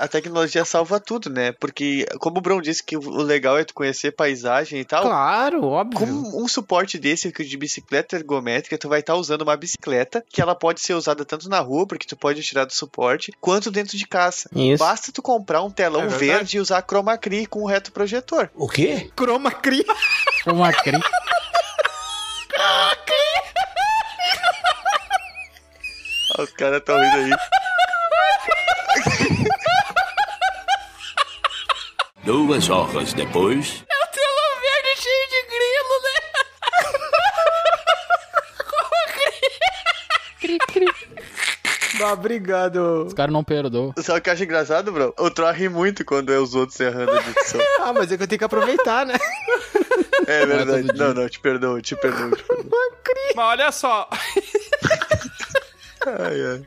A: A tecnologia salva tudo, né? Porque, como o Bron disse que o legal é tu conhecer paisagem e tal,
B: Claro,
A: Com
B: óbvio.
A: um suporte desse que de bicicleta ergométrica, tu vai estar usando uma bicicleta que ela pode ser usada tanto na rua, porque tu pode tirar do suporte, quanto dentro de casa.
B: Isso.
A: Basta tu comprar um telão
C: É verdade.
A: verde e usar chroma key com um reto projetor.
E: O quê?
B: Croma cri.
D: Como uma cri...
A: Ah, Os caras estão rindo aí.
E: Duas horas depois.
C: Telo É verde cheio de grilo, né?
B: obrigado.
D: Os caras não perdoam.
A: Sabe o que eu acho engraçado, bro? O Troll ri muito quando é os outros errando a dicção.
B: Ah, mas é que eu tenho que aproveitar, né?
A: É verdade.
D: todo dia.
A: Não, não, te perdoo, te perdoo. Te perdoo.
C: Mas olha só,
A: [laughs] Ai, ai.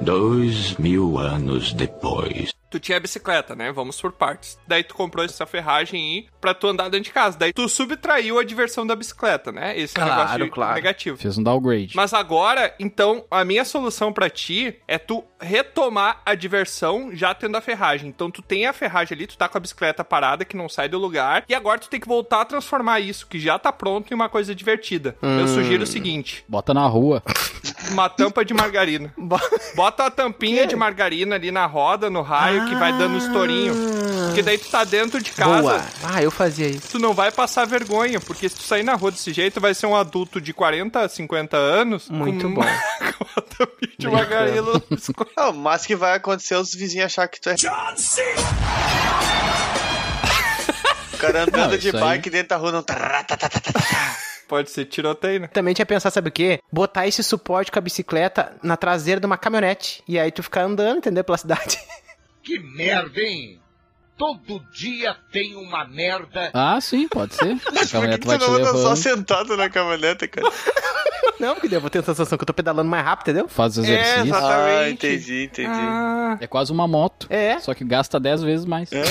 E: Dois mil anos depois.
C: tu tinha bicicleta, né? Vamos por partes. Daí tu comprou essa ferragem aí pra tu andar dentro de casa. Daí tu subtraiu a diversão da bicicleta, né? Esse
B: Claro,
C: negócio
B: claro.
C: negativo.
D: Fez um downgrade.
C: Mas agora, então, a minha solução pra ti é tu retomar a diversão já tendo a ferragem. Então tu tem a ferragem ali, tu tá com a bicicleta parada que não sai do lugar, e agora tu tem que voltar a transformar isso que já tá pronto em uma coisa divertida. Eu sugiro o seguinte:
D: Bota na rua.
C: uma tampa de margarina. Bota a tampinha de margarina ali na roda, no raio, que vai dando os tourinhos. Porque daí tu tá dentro de casa,
B: Boa. Ah, eu fazia isso.
C: tu não vai passar vergonha, porque se tu sair na rua desse jeito, vai ser um adulto de 40, 50 anos.
B: Muito
C: com...
B: bom.
C: [laughs] com a tampinha de margarina no pescoço.
A: Ah, mas que vai acontecer é os vizinhos achar que tu é. O cara andando
D: Não,
A: de
D: isso aí-
A: bike dentro da rua não.
C: Pode ser tiroteio, né?
B: Também tinha pensado, sabe o quê? Botar esse suporte com a bicicleta na traseira de uma caminhonete. E aí tu ficar andando, entendeu? Pela cidade. [laughs]
E: Que merda, hein? Todo dia tem uma merda.
D: Ah, sim, pode ser. A
A: Por que,
D: caminhonete
A: que
D: vai
A: você
D: te
A: não anda só
D: levando,
A: sentado na caminhonete, cara?
B: Não, porque daí eu vou ter a sensação que eu tô pedalando mais rápido, entendeu?
D: faz
C: É,
D: exercício.
C: exato.
A: Ah,
C: Exatamente.
A: entendi, entendi.
C: Ah.
D: É quase uma moto,
B: É.
D: só que gasta 10 vezes mais.
A: É?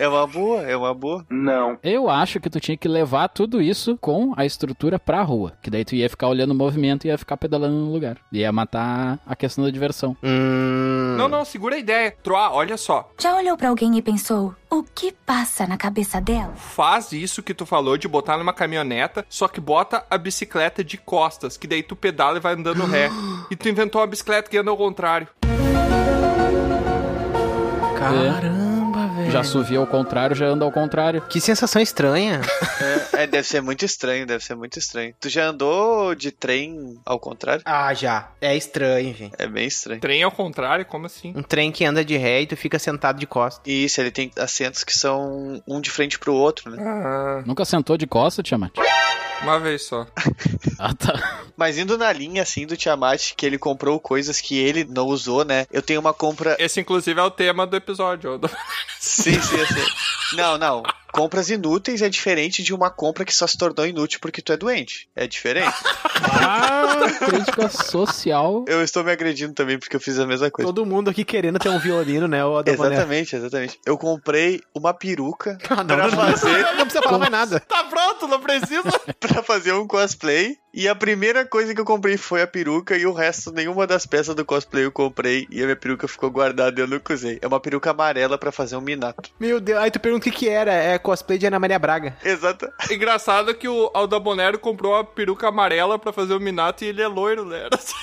A: É uma boa, é uma boa.
G: Não.
D: Eu acho que tu tinha que levar tudo isso com a estrutura pra rua. Que daí tu ia ficar olhando o movimento e ia ficar pedalando no lugar. Ia matar a questão da diversão.
B: Hum.
C: Não, não, segura a ideia. Troá, olha só.
J: [laughs] Já olhou pra alguém e pensou: o que passa na cabeça dela?
C: Faz isso que tu falou de botar numa caminhoneta, só que bota a bicicleta de costas, que daí tu pedala e vai
B: [gasps]
C: andando ré. E tu inventou uma bicicleta que anda ao contrário.
B: Caramba, velho.
D: Já subia ao contrário, já anda ao contrário.
B: Que sensação estranha.
A: É, deve ser muito estranho, deve ser muito estranho. Tu já andou de trem ao contrário?
B: Ah, já. É estranho, gente.
A: É bem estranho.
C: Trem ao contrário, como assim?
B: Um trem que anda de ré e tu fica sentado de costas.
A: E isso, ele tem assentos que são um de frente pro outro, né?
C: Ah,
D: Nunca sentou de costa, Tiamat?
C: uma vez só.
D: Ah, tá.
A: Mas indo na linha, assim, do Tiamat, que ele comprou coisas que ele não usou, né? Eu tenho uma compra
C: [laughs] Esse, inclusive, é o tema do episódio. [laughs] ô, do-
A: Sim, sim, sim. Não, não. Compras inúteis é diferente de uma compra que só se tornou inútil porque tu é doente. É diferente.
D: Ah, crítica social.
A: Eu estou me agredindo também porque eu fiz a mesma coisa.
B: Todo mundo aqui querendo ter um violino, né? O Adamone.
A: Exatamente, exatamente. Eu comprei uma peruca [laughs]
B: Ah, [laughs] não,
A: pra
B: não, não.
A: fazer,
B: não precisa falar mais nada.
C: Tá pronto, não precisa.
A: pra fazer um cosplay. E a primeira coisa que eu comprei foi a peruca e o resto, nenhuma das peças do cosplay eu comprei. E a minha peruca ficou guardada e eu nunca usei. É uma peruca amarela pra fazer um minato.
B: Meu Deus, aí tu pergunta o que que era. É cosplay de Ana Maria Braga.
A: Exata.
C: Engraçado que o Aldabonero comprou uma peruca amarela pra fazer o Minato e ele é loiro, né? [laughs] Era só-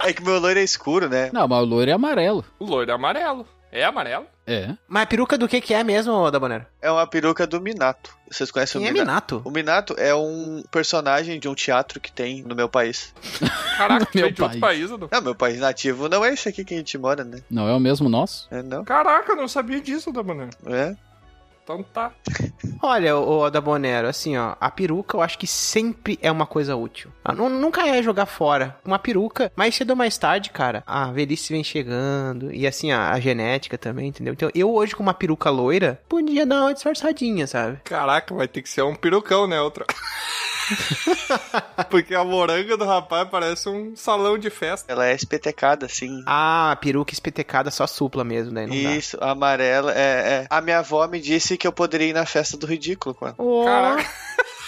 A: É que meu loiro é escuro, né?
D: Não, mas o loiro é amarelo.
C: O loiro é amarelo. É amarelo?
D: É.
B: Mas a peruca do que que é mesmo, Dabonero?
A: É uma peruca do minato. Vocês conhecem
B: Quem é
A: o minato?
B: Minato?
A: O Minato é um personagem de um teatro que tem no meu país.
C: Caraca,
D: Meu
C: veio de outro país,
D: país.
C: Edu.
A: Não, meu país nativo não é esse aqui que a gente mora, né?
D: Não é o mesmo
A: [laughs]
D: nosso?
A: É, não?
C: Caraca, eu não sabia disso, Aldabonero.
A: É?
C: Então tá.
B: Olha, ô Adabonero, assim, ó, a peruca eu acho que sempre é uma coisa útil. Ah, nu- nunca é jogar fora uma peruca, mais cedo ou mais tarde, cara, a velhice vem chegando, e assim, a, a genética também, entendeu? Então, eu hoje com uma peruca loira, podia dar uma disfarçadinha, sabe?
C: Caraca, vai ter que ser um perucão, né, outra? [laughs] Porque a moranga do rapaz parece um salão de festa.
A: Ela é espetecada, assim.
B: Ah, a peruca espetecada só supla mesmo, daí não
A: Isso, amarela. É, é. A minha avó me disse que eu poderia ir na festa do ridículo com ela.
B: dá. Ó,
C: Caraca,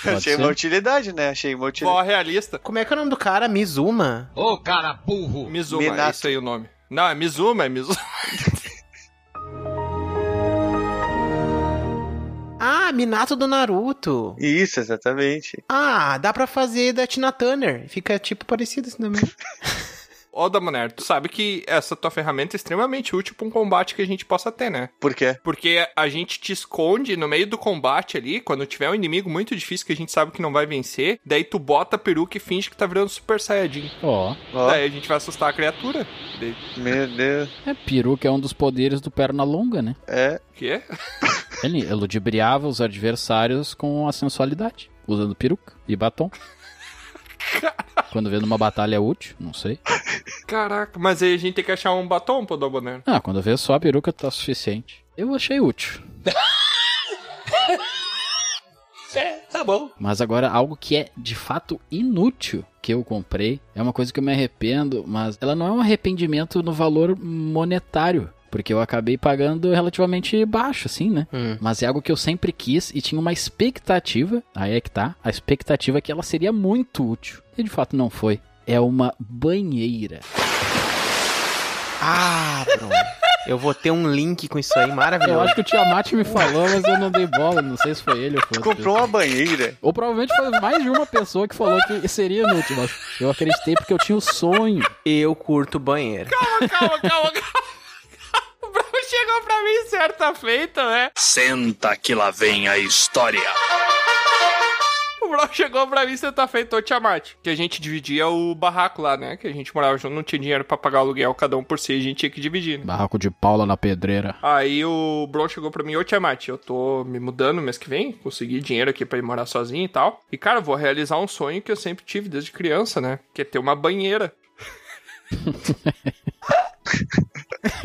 D: Pode
A: [laughs] Achei
D: ser.
A: uma utilidade, né? Achei uma
C: vó
A: utilidade.
C: realista.
B: Como é que é o nome do cara? Mizuma?
E: Ô, cara burro!
C: Mizuma, é
A: Minato.
C: isso aí o nome. Não, é Mizuma, é Mizuma. [laughs]
B: Ah, Minato do Naruto.
A: Isso, exatamente.
B: Ah, dá pra fazer da Tina Turner. Fica, tipo, parecido assim também.
C: Ô, Damoner, tu sabe que essa tua ferramenta é extremamente útil pra um combate que a gente possa ter, né?
A: Por quê?
C: Porque a gente te esconde no meio do combate ali, quando tiver um inimigo muito difícil que a gente sabe que não vai vencer, daí tu bota a peruca e finge que tá virando Super Saiyajin.
D: Ó.
A: Ó,
C: Daí a gente vai assustar a criatura. Daí-
A: meu Deus.
D: É, peruca é um dos poderes do perna longa, né?
A: É.
C: O quê? [laughs]
D: Ele ludibriava os adversários com a sensualidade, usando peruca e batom. Quando vê numa batalha útil, não sei.
C: Caraca, mas aí a gente tem que achar um batom pro Damoner.
D: Ah, quando vê só a peruca tá suficiente. Eu achei
B: [laughs]
D: útil.
B: tá bom.
D: Mas agora, algo que é de fato inútil que eu comprei é uma coisa que eu me arrependo, mas ela não é um arrependimento no valor monetário. Porque eu acabei pagando relativamente baixo, assim, né?
B: Hum.
D: Mas é algo que eu sempre quis e tinha uma expectativa. Aí é que tá. A expectativa é que ela seria muito útil. E de fato não foi. É uma banheira.
B: [laughs] Ah, pronto. Eu vou ter um link com isso aí
D: Eu
B: maravilhoso.
D: acho que o Tiamat me falou, mas eu não dei bola. Não sei se foi ele ou foi outra
A: Comprou uma banheira.
D: Ou provavelmente foi mais de uma pessoa que falou que seria inútil, mas eu acreditei porque eu tinha o sonho.
B: Eu curto banheiro.
C: Calma, calma, calma. [laughs] O Bravo chegou pra mim certa feita, né?
H: Senta que lá vem a história.
C: O Brau chegou pra mim certa feita, ô Tiamat. Que a gente dividia o barraco lá, né? Que a gente morava junto, não tinha dinheiro pra pagar o aluguel, cada um por si, a gente tinha que dividir, né?
D: Barraco de Paula na pedreira. [laughs]
C: Aí o Bron chegou pra mim, ô Tiamat, eu tô me mudando mês que vem, consegui dinheiro aqui pra ir morar sozinho e tal. E cara, eu vou realizar um sonho que eu sempre tive desde criança, né? Que é ter uma banheira.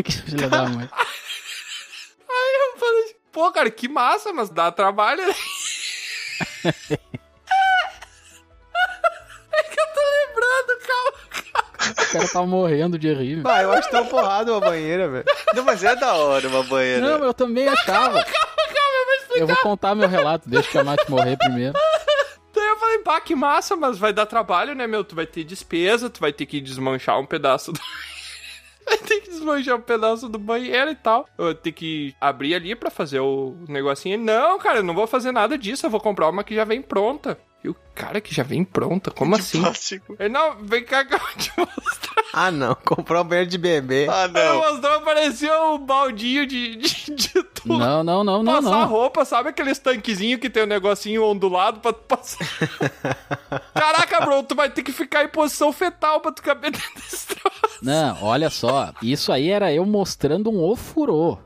D: que filha da mãe.
C: Eu falei, assim, pô, cara, que massa, mas dá trabalho, né? [laughs] É que eu tô lembrando, calma, calma.
D: cara tá morrendo de rir. meu.
B: Bah, eu acho tão porrada uma banheira, velho.
A: Não, mas é da hora uma banheira.
D: Não, eu também achava. Eu vou contar meu relato, deixa que a Mate morrer primeiro.
C: Daí eu falei, pá, que massa, mas vai dar trabalho, né, meu? Tu vai ter despesa, tu vai ter que desmanchar um pedaço do. [laughs] vai ter que desmanchar um pedaço do banheiro e tal. Eu vou ter que abrir ali pra fazer o negocinho. Ele, Não, cara, eu não vou fazer nada disso, eu vou comprar uma que já vem pronta. E o cara que já vem pronta? Como assim?
A: Plástico.
C: Ele, não, vem cá que eu vou te mostrar.
B: Ah, não. Comprou um banheiro de bebê.
A: Ah,
C: Ele
A: não.
C: mostrou, apareceu um baldinho de, de, de tu
D: Não, não, não, não,
C: passar
D: não.
C: roupa, sabe aqueles tanquezinho que tem um negocinho ondulado pra tu [laughs] passar? Caraca, bro, tu vai ter que ficar em posição fetal pra tu caber dentro desse troço.
D: Não, olha só. Isso aí era eu mostrando um ofurô.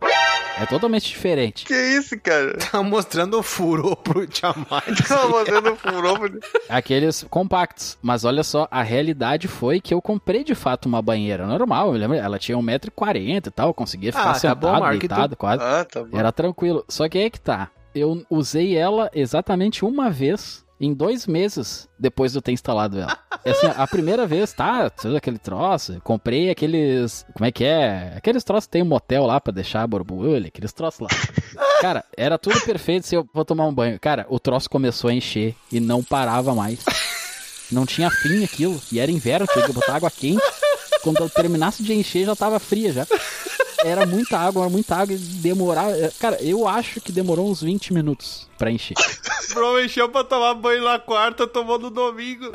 D: É totalmente diferente.
A: Que isso, cara?
B: Tá mostrando o furo pro Tiamat.
A: Tava mandando furômetro.
D: Aqueles compactos. Mas olha só, a realidade foi que eu comprei de fato uma banheira normal. Eu me lembro, ela tinha 1,40m e tal. Eu conseguia
B: Ah,
D: ficar
B: tá
D: sentado,
B: bom, Mark,
D: deitado, quase.
A: Ah, tá bom.
D: Era tranquilo. Só que aí que tá. Eu usei ela exatamente uma vez em dois meses depois de eu ter instalado ela. É assim, a primeira vez, tá? Tudo aquele troço. Comprei aqueles. Como é que é? Aqueles troços que tem um motel lá pra deixar a borbulha, aqueles troços lá. Cara, era tudo perfeito se eu vou tomar um banho. Cara, o troço começou a encher e não parava mais. Não tinha fim aquilo. E era inverno, tinha que botar água quente. Quando eu terminasse de encher, já tava fria já. Era muita água, era muita água. e Demorar. Cara, eu acho que demorou uns 20 minutos pra encher.
C: Bro, encheu pra tomar banho na quarta, tomou no domingo.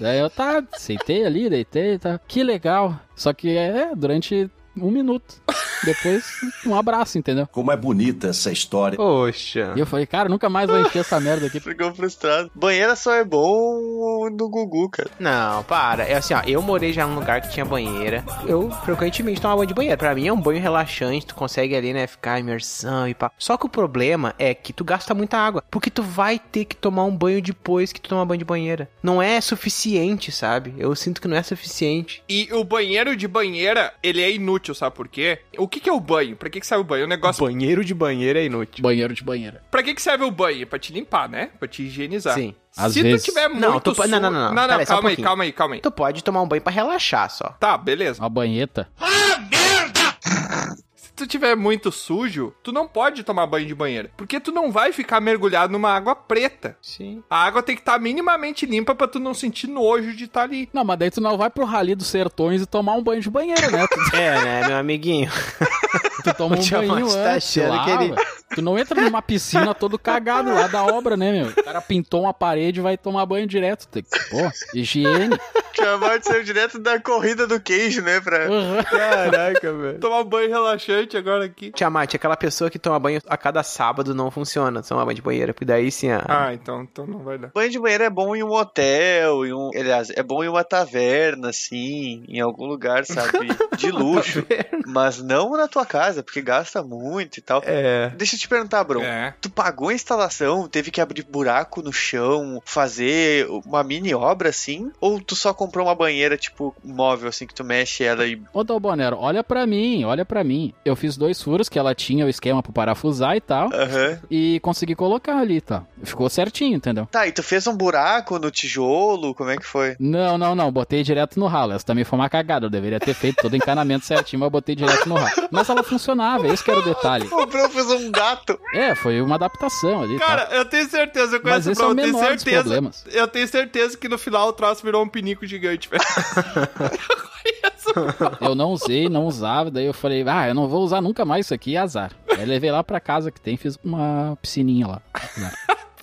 D: Daí eu tá, sentei ali, deitei, tá. Que legal. Só que é durante um minuto. Depois, um abraço, entendeu?
H: Como é bonita essa história.
B: Poxa.
D: E eu falei, cara, nunca mais vou encher essa merda aqui.
A: Ficou frustrado. Banheira só é bom no Gugu, cara.
B: Não, para. É assim, ó. Eu morei já num lugar que tinha banheira. Eu frequentemente tomava banho de banheiro. Pra mim é um banho relaxante. Tu consegue ali, né? Ficar imersão e pá. Só que o problema é que tu gasta muita água. Porque tu vai ter que tomar um banho depois que tu tomar banho de banheira. Não é suficiente, sabe? Eu sinto que não é suficiente.
C: E o banheiro de banheira, ele é inútil, sabe por quê? O que que é o banho? Pra que que serve o banho? O negócio...
B: Banheiro de banheira é inútil.
D: Banheiro de banheira.
C: Pra que que serve o banho? Pra te limpar, né? Pra te higienizar.
B: Sim.
D: Às
C: Se
D: vezes.
C: tu tiver muito
B: Não, tu pa-
C: sujo-
B: não, não, não, não. Pera aí, só um
C: calma aí,
B: pouquinho.
C: calma aí, calma aí.
B: Tu pode tomar um banho pra relaxar só.
C: Tá, beleza.
D: Uma banheta.
C: Se tu tiver muito sujo, tu não pode tomar banho de banheira, porque tu não vai ficar mergulhado numa água preta.
B: Sim.
C: A água tem que estar minimamente limpa pra tu não sentir nojo de estar ali.
D: Não, mas daí tu não vai pro Rally dos Sertões e tomar um banho de banheira, né? Tu,
B: É, né, meu amiguinho?
D: tu [laughs] toma
B: O
D: um
B: Tiamat
D: banho
B: tá
D: antes,
B: achando
D: lava.
B: que ele-
D: Tu não entra numa piscina todo cagado lá da obra, né, meu? O cara pintou uma parede e vai tomar banho direto. Tu- Pô, higiene.
A: Chamar saiu direto da corrida do queijo, né? Pra...
D: Uhum.
B: [laughs] Caraca, velho.
C: [laughs] Tomar um banho relaxante agora aqui.
B: Tiamat, aquela pessoa que toma banho a cada sábado não funciona, toma banho de banheira, porque daí sim a...
C: Ah, então, então não vai dar.
A: Banho de banheira é bom em um hotel, em um. Aliás, é bom em uma taverna, assim, em algum lugar, sabe? De luxo. Mas não na tua casa, porque gasta muito e tal.
B: É.
A: Deixa eu te perguntar, Bruno.
C: É.
A: Tu pagou a instalação, teve que abrir buraco no chão, fazer uma mini obra assim? Ou tu só comprou uma banheira, tipo, móvel, assim, que tu mexe ela e.
D: Ô, Dalbonero, olha pra mim, olha pra mim. Eu fiz dois furos que ela tinha o esquema pra parafusar e tal.
A: Aham.
D: E consegui colocar ali, tá? Ficou certinho, entendeu?
A: Tá, e tu fez um buraco no tijolo? Como é
D: [laughs]
A: que foi?
D: Não, não, não, botei direto no ralo. Essa também foi uma cagada. Eu deveria ter feito todo o encanamento [laughs] certinho, mas eu botei direto no ralo. Mas ela funcionava, esse que era o detalhe.
A: O Bruno fez um gato.
D: É, foi uma adaptação ali. tá?
C: Cara, eu tenho certeza, eu
D: Mas
C: conheço
D: esse é o
C: eu tenho
D: menor dos
C: certeza.
D: problemas.
C: Eu tenho certeza que no final o troço virou um pinico
D: [laughs]
C: gigante, velho.
D: Eu não usei, não usava. Daí eu falei, ah, eu não vou usar nunca mais isso aqui, azar. Aí levei lá pra casa que tem, fiz uma piscininha lá. né?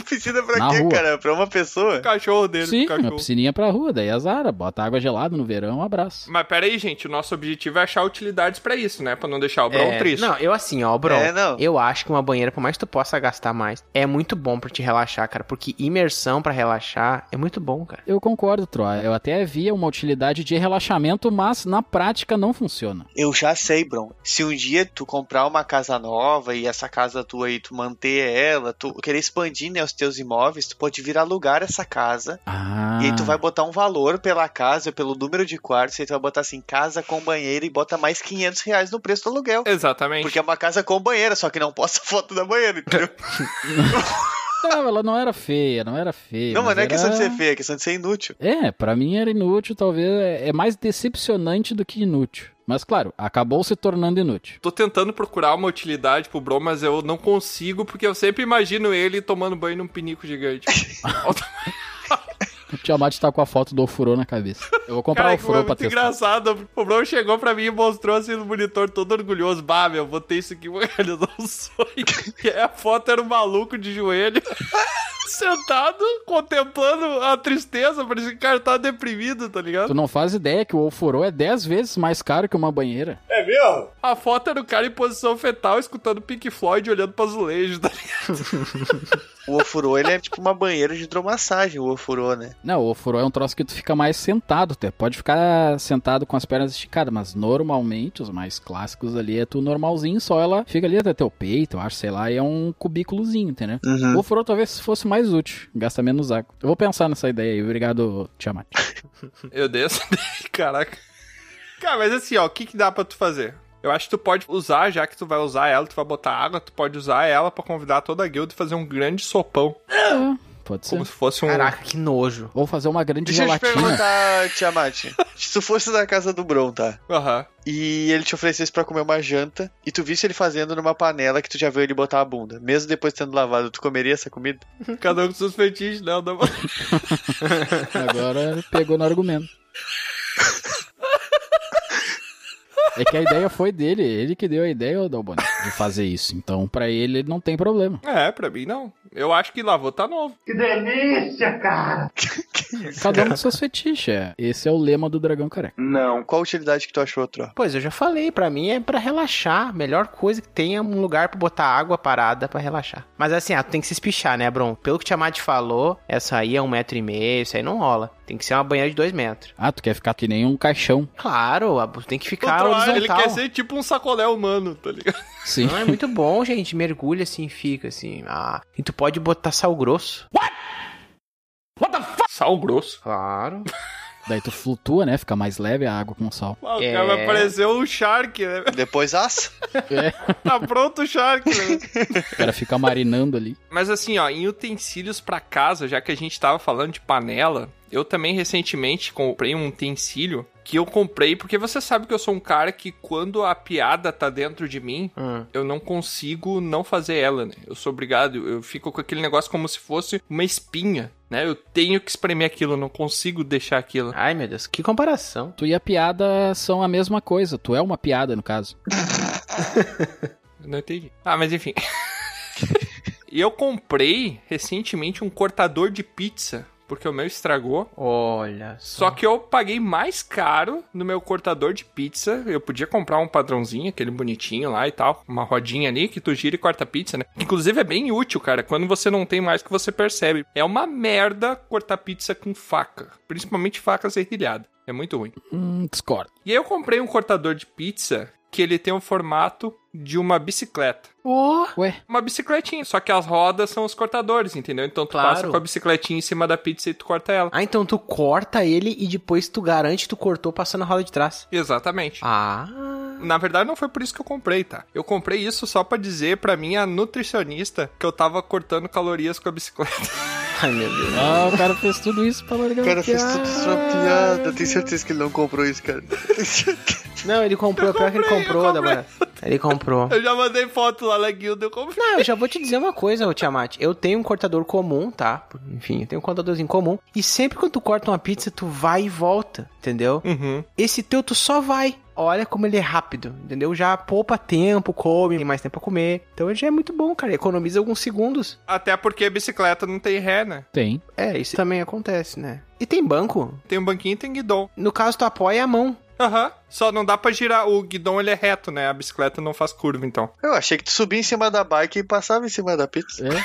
A: Piscina pra
D: Na
A: quê,
D: rua.
A: cara? Pra uma
C: O
A: pessoa?
C: cachorro dele,
D: Sim, é
C: o
D: uma
C: cachorro.
D: piscininha pra rua, daí azar. Bota água gelada no verão, um abraço.
C: Mas pera aí, gente, o nosso objetivo é achar utilidades pra isso, né? Pra não deixar o Bron
B: É,
C: triste.
B: não, eu assim, ó, bro,
A: É, não.
B: eu acho que uma banheira, por mais que tu possa gastar mais, é muito bom pra te relaxar, cara, porque imersão pra relaxar é muito bom, cara.
D: Eu concordo, Troa. Eu até via uma utilidade de relaxamento, mas na prática não funciona.
A: Eu já sei, Bruno. Se um dia tu comprar uma casa nova e essa casa tua aí tu manter ela, tu querer expandir né, os teus imóveis, tu pode vir alugar essa casa.
D: Ah.
A: E aí tu vai botar um valor pela casa, pelo número de quartos, e aí tu vai botar assim, casa com banheiro e bota mais 500 reais no preço do aluguel.
D: [laughs]
A: [laughs]
C: Exatamente.
A: Porque é uma casa com banheira, só que não posta foto da banheira, entendeu?
D: Não, então, ela não era feia, não era feia.
A: Não, mas não é
D: era-
A: questão de ser feia, é questão de ser inútil.
D: É, pra mim era inútil, talvez. É é mais decepcionante do que inútil. Mas claro, acabou se tornando inútil.
C: Tô tentando procurar uma utilidade pro Bro, mas eu não consigo, porque eu sempre imagino ele tomando banho num pinico gigante.
D: O Tiamat tá com a foto do ofurô na cabeça. Eu vou comprar
C: Cara,
D: o
C: que foi
D: ofurô pra
C: muito
D: testar.
C: engraçado. O Bro chegou pra mim e mostrou assim no monitor, todo orgulhoso. Bah, meu, botei isso aqui [laughs] pra realizar um sonho. E aí a foto era um maluco de joelho, [laughs] sentado, contemplando a tristeza. Parecia que o cara tava deprimido, tá ligado?
D: Tu não faz ideia que o ofurô é 10 vezes mais caro que uma banheira.
C: É mesmo? A foto era o cara em posição fetal, escutando Pink Floyd, olhando pra azulejo, tá ligado?
A: O ofurô, ele é tipo uma banheira de hidromassagem, o ofurô, né?
D: Não, o ofurô é um troço que tu fica mais sentado. Tu pode ficar sentado com as pernas esticadas, mas normalmente os mais clássicos ali é tu normalzinho, só ela fica ali até teu peito, eu acho, sei lá, e é um cubículozinho, entendeu?
A: Uhum. Hum.
D: O ofurô talvez fosse mais útil, gasta menos água. Eu vou pensar nessa ideia aí. Obrigado, Tiamat.
C: Eu dei essa [laughs] ideia, caraca. Cara, mas assim, ó, o que, que dá pra tu fazer? Eu acho que tu pode usar, já que tu vai usar ela, tu vai botar água, tu pode usar ela pra convidar toda a guilda e fazer um grande sopão.
D: Pode ser.
C: Como se fosse um.
B: Caraca, que nojo.
D: Ou fazer uma grande
A: Deixa eu te
D: gelatina.
A: perguntar, Tiamat. [laughs] Se tu fosse da casa do Bron, tá?
B: [laughs]
C: Aham.
A: E ele te oferecesse pra comer uma janta e tu visse ele fazendo numa panela que tu já viu ele botar a bunda, mesmo depois tendo lavado, tu comeria essa comida?
C: Cada um com seus fetiches, não, não. [laughs]
D: Agora pegou no argumento. É que a ideia foi dele, ele que deu a ideia, ô Dalboni, de fazer isso. Então, pra ele, ele não tem problema.
C: É, pra mim não. Eu acho que lavou tá novo.
E: Que delícia, cara!
D: Cada um com seus fetiches. é. Esse é o lema do Dragão Careca.
A: Não. Qual a utilidade que tu achou, Tro?
B: Pois eu já falei, pra mim é pra relaxar. Melhor coisa que tem é um lugar pra botar água parada pra relaxar. Mas assim, ah, tu tem que se espichar, né, Bron? Pelo que o Tiamat falou, essa aí é um metro e meio, isso aí não rola. Tem que ser uma banheira de dois metros.
D: Ah, tu quer ficar que nem um caixão.
B: Claro, a- tem que ficar
C: Controlar,
B: horizontal.
C: ele quer ser tipo um sacolé humano, tá ligado?
D: Sim.
B: Não, é muito bom, gente. Mergulha assim, fica assim. Ah, e tu pode botar sal grosso.
C: Sal grosso.
B: Claro.
D: Daí tu flutua, né? Fica mais leve a água com sal.
C: Ah, O
B: É.
C: cara vai parecer um shark, né?
A: Depois ah, [laughs] assa?
C: Tá pronto o shark, né?
D: O cara fica marinando ali.
C: Mas assim, ó, em utensílios pra casa, já que a gente tava falando de panela, eu também recentemente comprei um utensílio que eu comprei porque você sabe que eu sou um cara que quando a piada tá dentro de mim,
B: Hum.
C: eu não consigo não fazer ela, né? Eu sou obrigado, eu fico com aquele negócio como se fosse uma espinha, né? Eu tenho que espremer aquilo, eu não consigo deixar aquilo.
B: Ai, meu Deus, que comparação.
D: Tu e a piada são a mesma coisa. Tu é uma piada, no caso.
C: Eu não entendi. Ah, mas enfim. [laughs] E eu comprei recentemente um cortador de pizza, porque o meu estragou.
B: Olha
C: Só que eu paguei mais caro no meu cortador de pizza. Eu podia comprar um padrãozinho, aquele bonitinho lá e tal. Uma rodinha ali que tu gira e corta a pizza, né? Inclusive é bem útil, cara. Quando você não tem mais que você percebe. É uma merda cortar pizza com faca. Principalmente faca serrilhada. É muito ruim.
D: Hum, discordo.
C: E aí eu comprei um cortador de pizza que ele tem o formato de uma bicicleta.
B: Oh,
D: Ué,
C: Uma bicicletinha, só que as rodas são os cortadores, entendeu? Então tu
B: Claro.
C: passa com a bicicletinha em cima da pizza e tu corta ela.
B: Ah, então tu corta ele e depois tu garante que tu cortou passando a roda de trás.
C: Exatamente.
B: Ah.
C: Na verdade, não foi por isso que eu comprei, tá? Eu comprei isso só pra dizer pra minha nutricionista que eu tava cortando calorias com a bicicleta. [laughs]
B: Ai, meu Deus.
D: ah, o cara fez tudo isso pra largar
A: O cara
D: uma
A: fez
D: piada.
A: tudo isso uma piada. Tem certeza que ele não comprou isso, cara. [laughs] Tem certeza.
B: Não, ele comprou, pior que ele
C: comprei, eu
B: comprou,
C: comprei.
B: Débora. Ele comprou.
C: Eu já mandei foto lá na guilda, eu comprei.
B: Não, eu já vou te dizer uma coisa, ô Tiamat. Eu tenho um cortador comum, tá? Enfim, eu tenho um cortadorzinho comum. E sempre quando tu corta uma pizza, tu vai e volta, entendeu?
C: Uhum.
B: Esse teu tu só vai. Olha como ele é rápido, entendeu? Já poupa tempo, come, tem mais tempo pra comer. Então já é muito bom, cara. Economiza alguns segundos.
C: Até porque bicicleta não tem ré, né?
D: Tem.
B: É, isso também acontece, né? E tem banco.
C: Tem um banquinho e tem guidon.
B: No caso, tu apoia a
A: Tá,
B: mão.
C: Aham. Só não dá pra girar. O guidon ele é reto, né? A bicicleta não faz curva, então. [laughs]
A: Eu achei que tu subia em cima da bike e passava em cima da pizza.
D: É.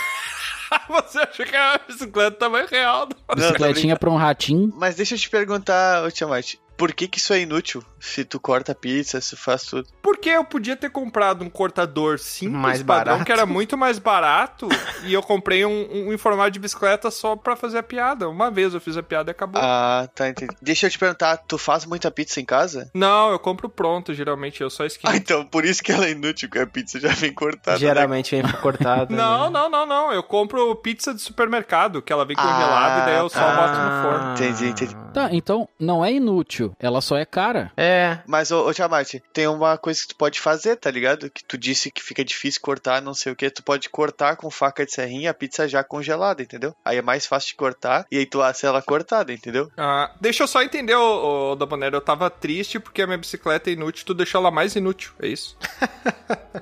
C: Você achou que era uma bicicleta tamanho real?
A: Não, tô
D: Bicicletinha pra um ratinho.
A: Mas deixa eu te perguntar, ô Tiamat, por que que isso é inútil? Se tu corta pizza, se tu faz tudo.
C: porque eu podia ter comprado um cortador simples,
B: Mais
C: padrão,
B: barato.
C: que era muito mais barato, [laughs] e eu comprei um, um, em formato de bicicleta só pra fazer a piada. Uma vez eu fiz a piada e acabou.
A: Ah, tá, entendi. Deixa eu te perguntar, tu faz muita pizza em casa?
C: Não, eu compro pronto, geralmente, eu só esquento.
A: Ah, então, por isso que ela é inútil, que a pizza já vem cortada. né?
B: Geralmente vem
C: [laughs]
B: cortado.
C: Não, não, não, não. Eu compro pizza de supermercado, que ela vem
A: Ah,
C: congelada, e daí eu só
A: tá.
C: boto
B: Ah.
C: no forno.
A: Entendi, entendi.
D: Tá, então não é inútil, ela só é cara.
B: É.
A: Mas, ô, ô Tiamat, tem uma coisa que tu pode fazer, tá ligado? Que tu disse que fica difícil cortar, não sei o que. Tu pode cortar com faca de serrinha a pizza já congelada, entendeu? Aí é mais fácil de cortar e aí tu assa ela cortada, entendeu?
C: Ah, deixa eu só entender, ô, ô Dabonero, eu tava triste porque a minha bicicleta é inútil, tu deixou ela mais inútil, é
A: [laughs]
C: isso?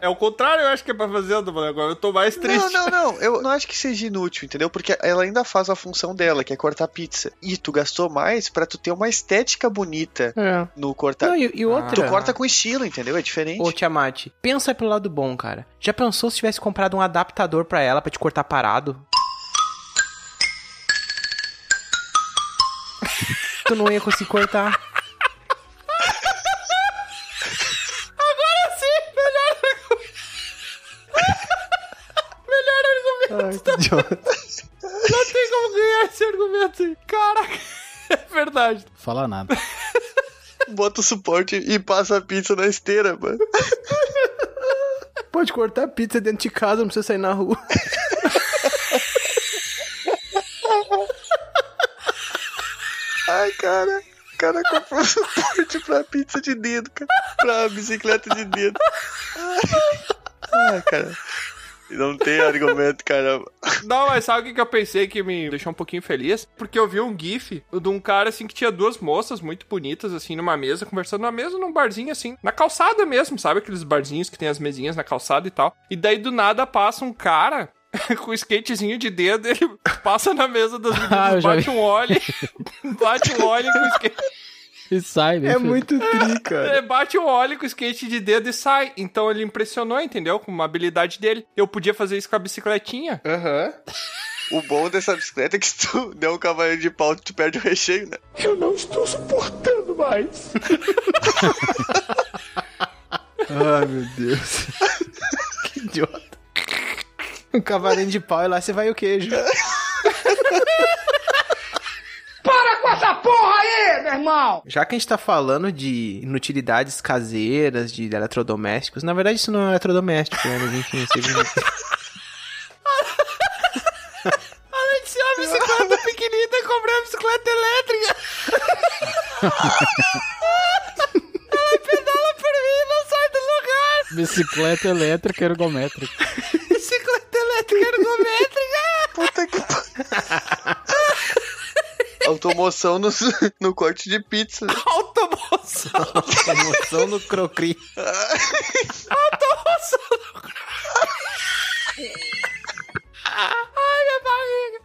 C: é o contrário, eu acho que é pra fazer, Dabonero, agora eu tô mais triste.
A: Não, não, não. Eu não acho que seja inútil, entendeu? Porque ela ainda faz a função dela, que é cortar pizza. E tu gastou mais pra tu ter uma estética bonita
B: É.
A: no cortar.
B: Não, e, e outra.
A: Tá. Tu corta com estilo, entendeu? É diferente. [laughs]
B: Ô, tipo, Tiamat, pensa pelo lado bom, cara. Já pensou se tivesse comprado um adaptador pra ela pra te cortar parado? tu não ia conseguir cortar. Agora sim, melhor argumento. Melhor argumento.
C: Não tem como ganhar esse argumento aí. Caraca, é verdade.
D: Falar nada.
A: Bota o suporte e passa a pizza na esteira, mano.
B: Pode cortar pizza dentro de casa, não precisa sair na rua.
A: Ai, cara. O cara comprou um suporte pra pizza de dedo, cara. Pra bicicleta de dedo. Ai, cara. Não tem argumento, cara.
C: Não, mas sabe o que que eu pensei que me deixou um pouquinho feliz? Porque eu vi um gif de um cara, assim, que tinha duas moças muito bonitas, assim, numa mesa, conversando na mesa, num barzinho, assim, na calçada mesmo, sabe? Aqueles barzinhos que tem as mesinhas na calçada e tal. E daí, do nada, passa um cara... [laughs] Com o skatezinho de dedo, ele passa na mesa das
D: Ah, eu
C: meninas,
D: já
C: bate
D: vi.
C: um ollie, [laughs] bate um ollie com o skate.
D: E sai, bem
B: É
D: feito.
B: muito tri, cara.
C: Ele bate o óleo com o skate de dedo e sai. Então ele impressionou, entendeu? Com uma habilidade dele. Eu podia fazer isso com a bicicletinha.
B: Aham.
A: O bom dessa bicicleta é que se tu der um cavalinho de pau, tu perde o recheio, né?
B: [laughs] Ai, meu Deus. [laughs] que idiota. Um cavalinho de pau e lá você vai o queijo.
E: [laughs] Para com essa porra aí, meu irmão!
B: Já que a gente tá falando de inutilidades caseiras, de eletrodomésticos, na verdade isso não é um eletrodoméstico, né? Mas enfim, [laughs] você...
C: Se a
B: tá
C: bicicleta pequenita e comprei a bicicleta elétrica. Ela pedala por mim e não sai do lugar.
D: Bicicleta elétrica ergométrica.
C: Bicicleta elétrica ergométrica.
A: Puta que pariu. Automoção no, no corte de pizza.
C: Automoção.
B: Promoção no Crocri.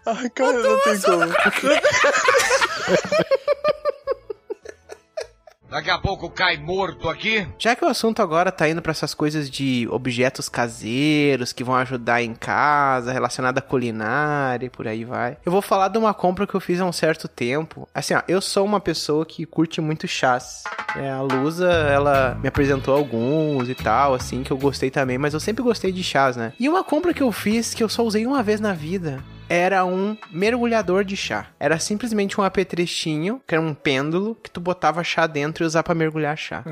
A: Ai, cara, não tem como.
E: Daqui a pouco cai morto aqui.
B: Já que o assunto agora tá indo pra essas coisas de objetos caseiros que vão ajudar em casa, relacionada à culinária e por aí vai. Eu vou falar de uma compra que eu fiz há um certo tempo. Assim, ó, eu sou uma pessoa que curte muito chás. É, a Lusa, ela me apresentou alguns e tal, assim, que eu gostei também, mas eu sempre gostei de chás, né? E uma compra que eu fiz que eu só usei uma vez na vida era um mergulhador de chá. Era simplesmente um apetrechinho, que era um pêndulo, que tu botava chá dentro e usava pra mergulhar chá.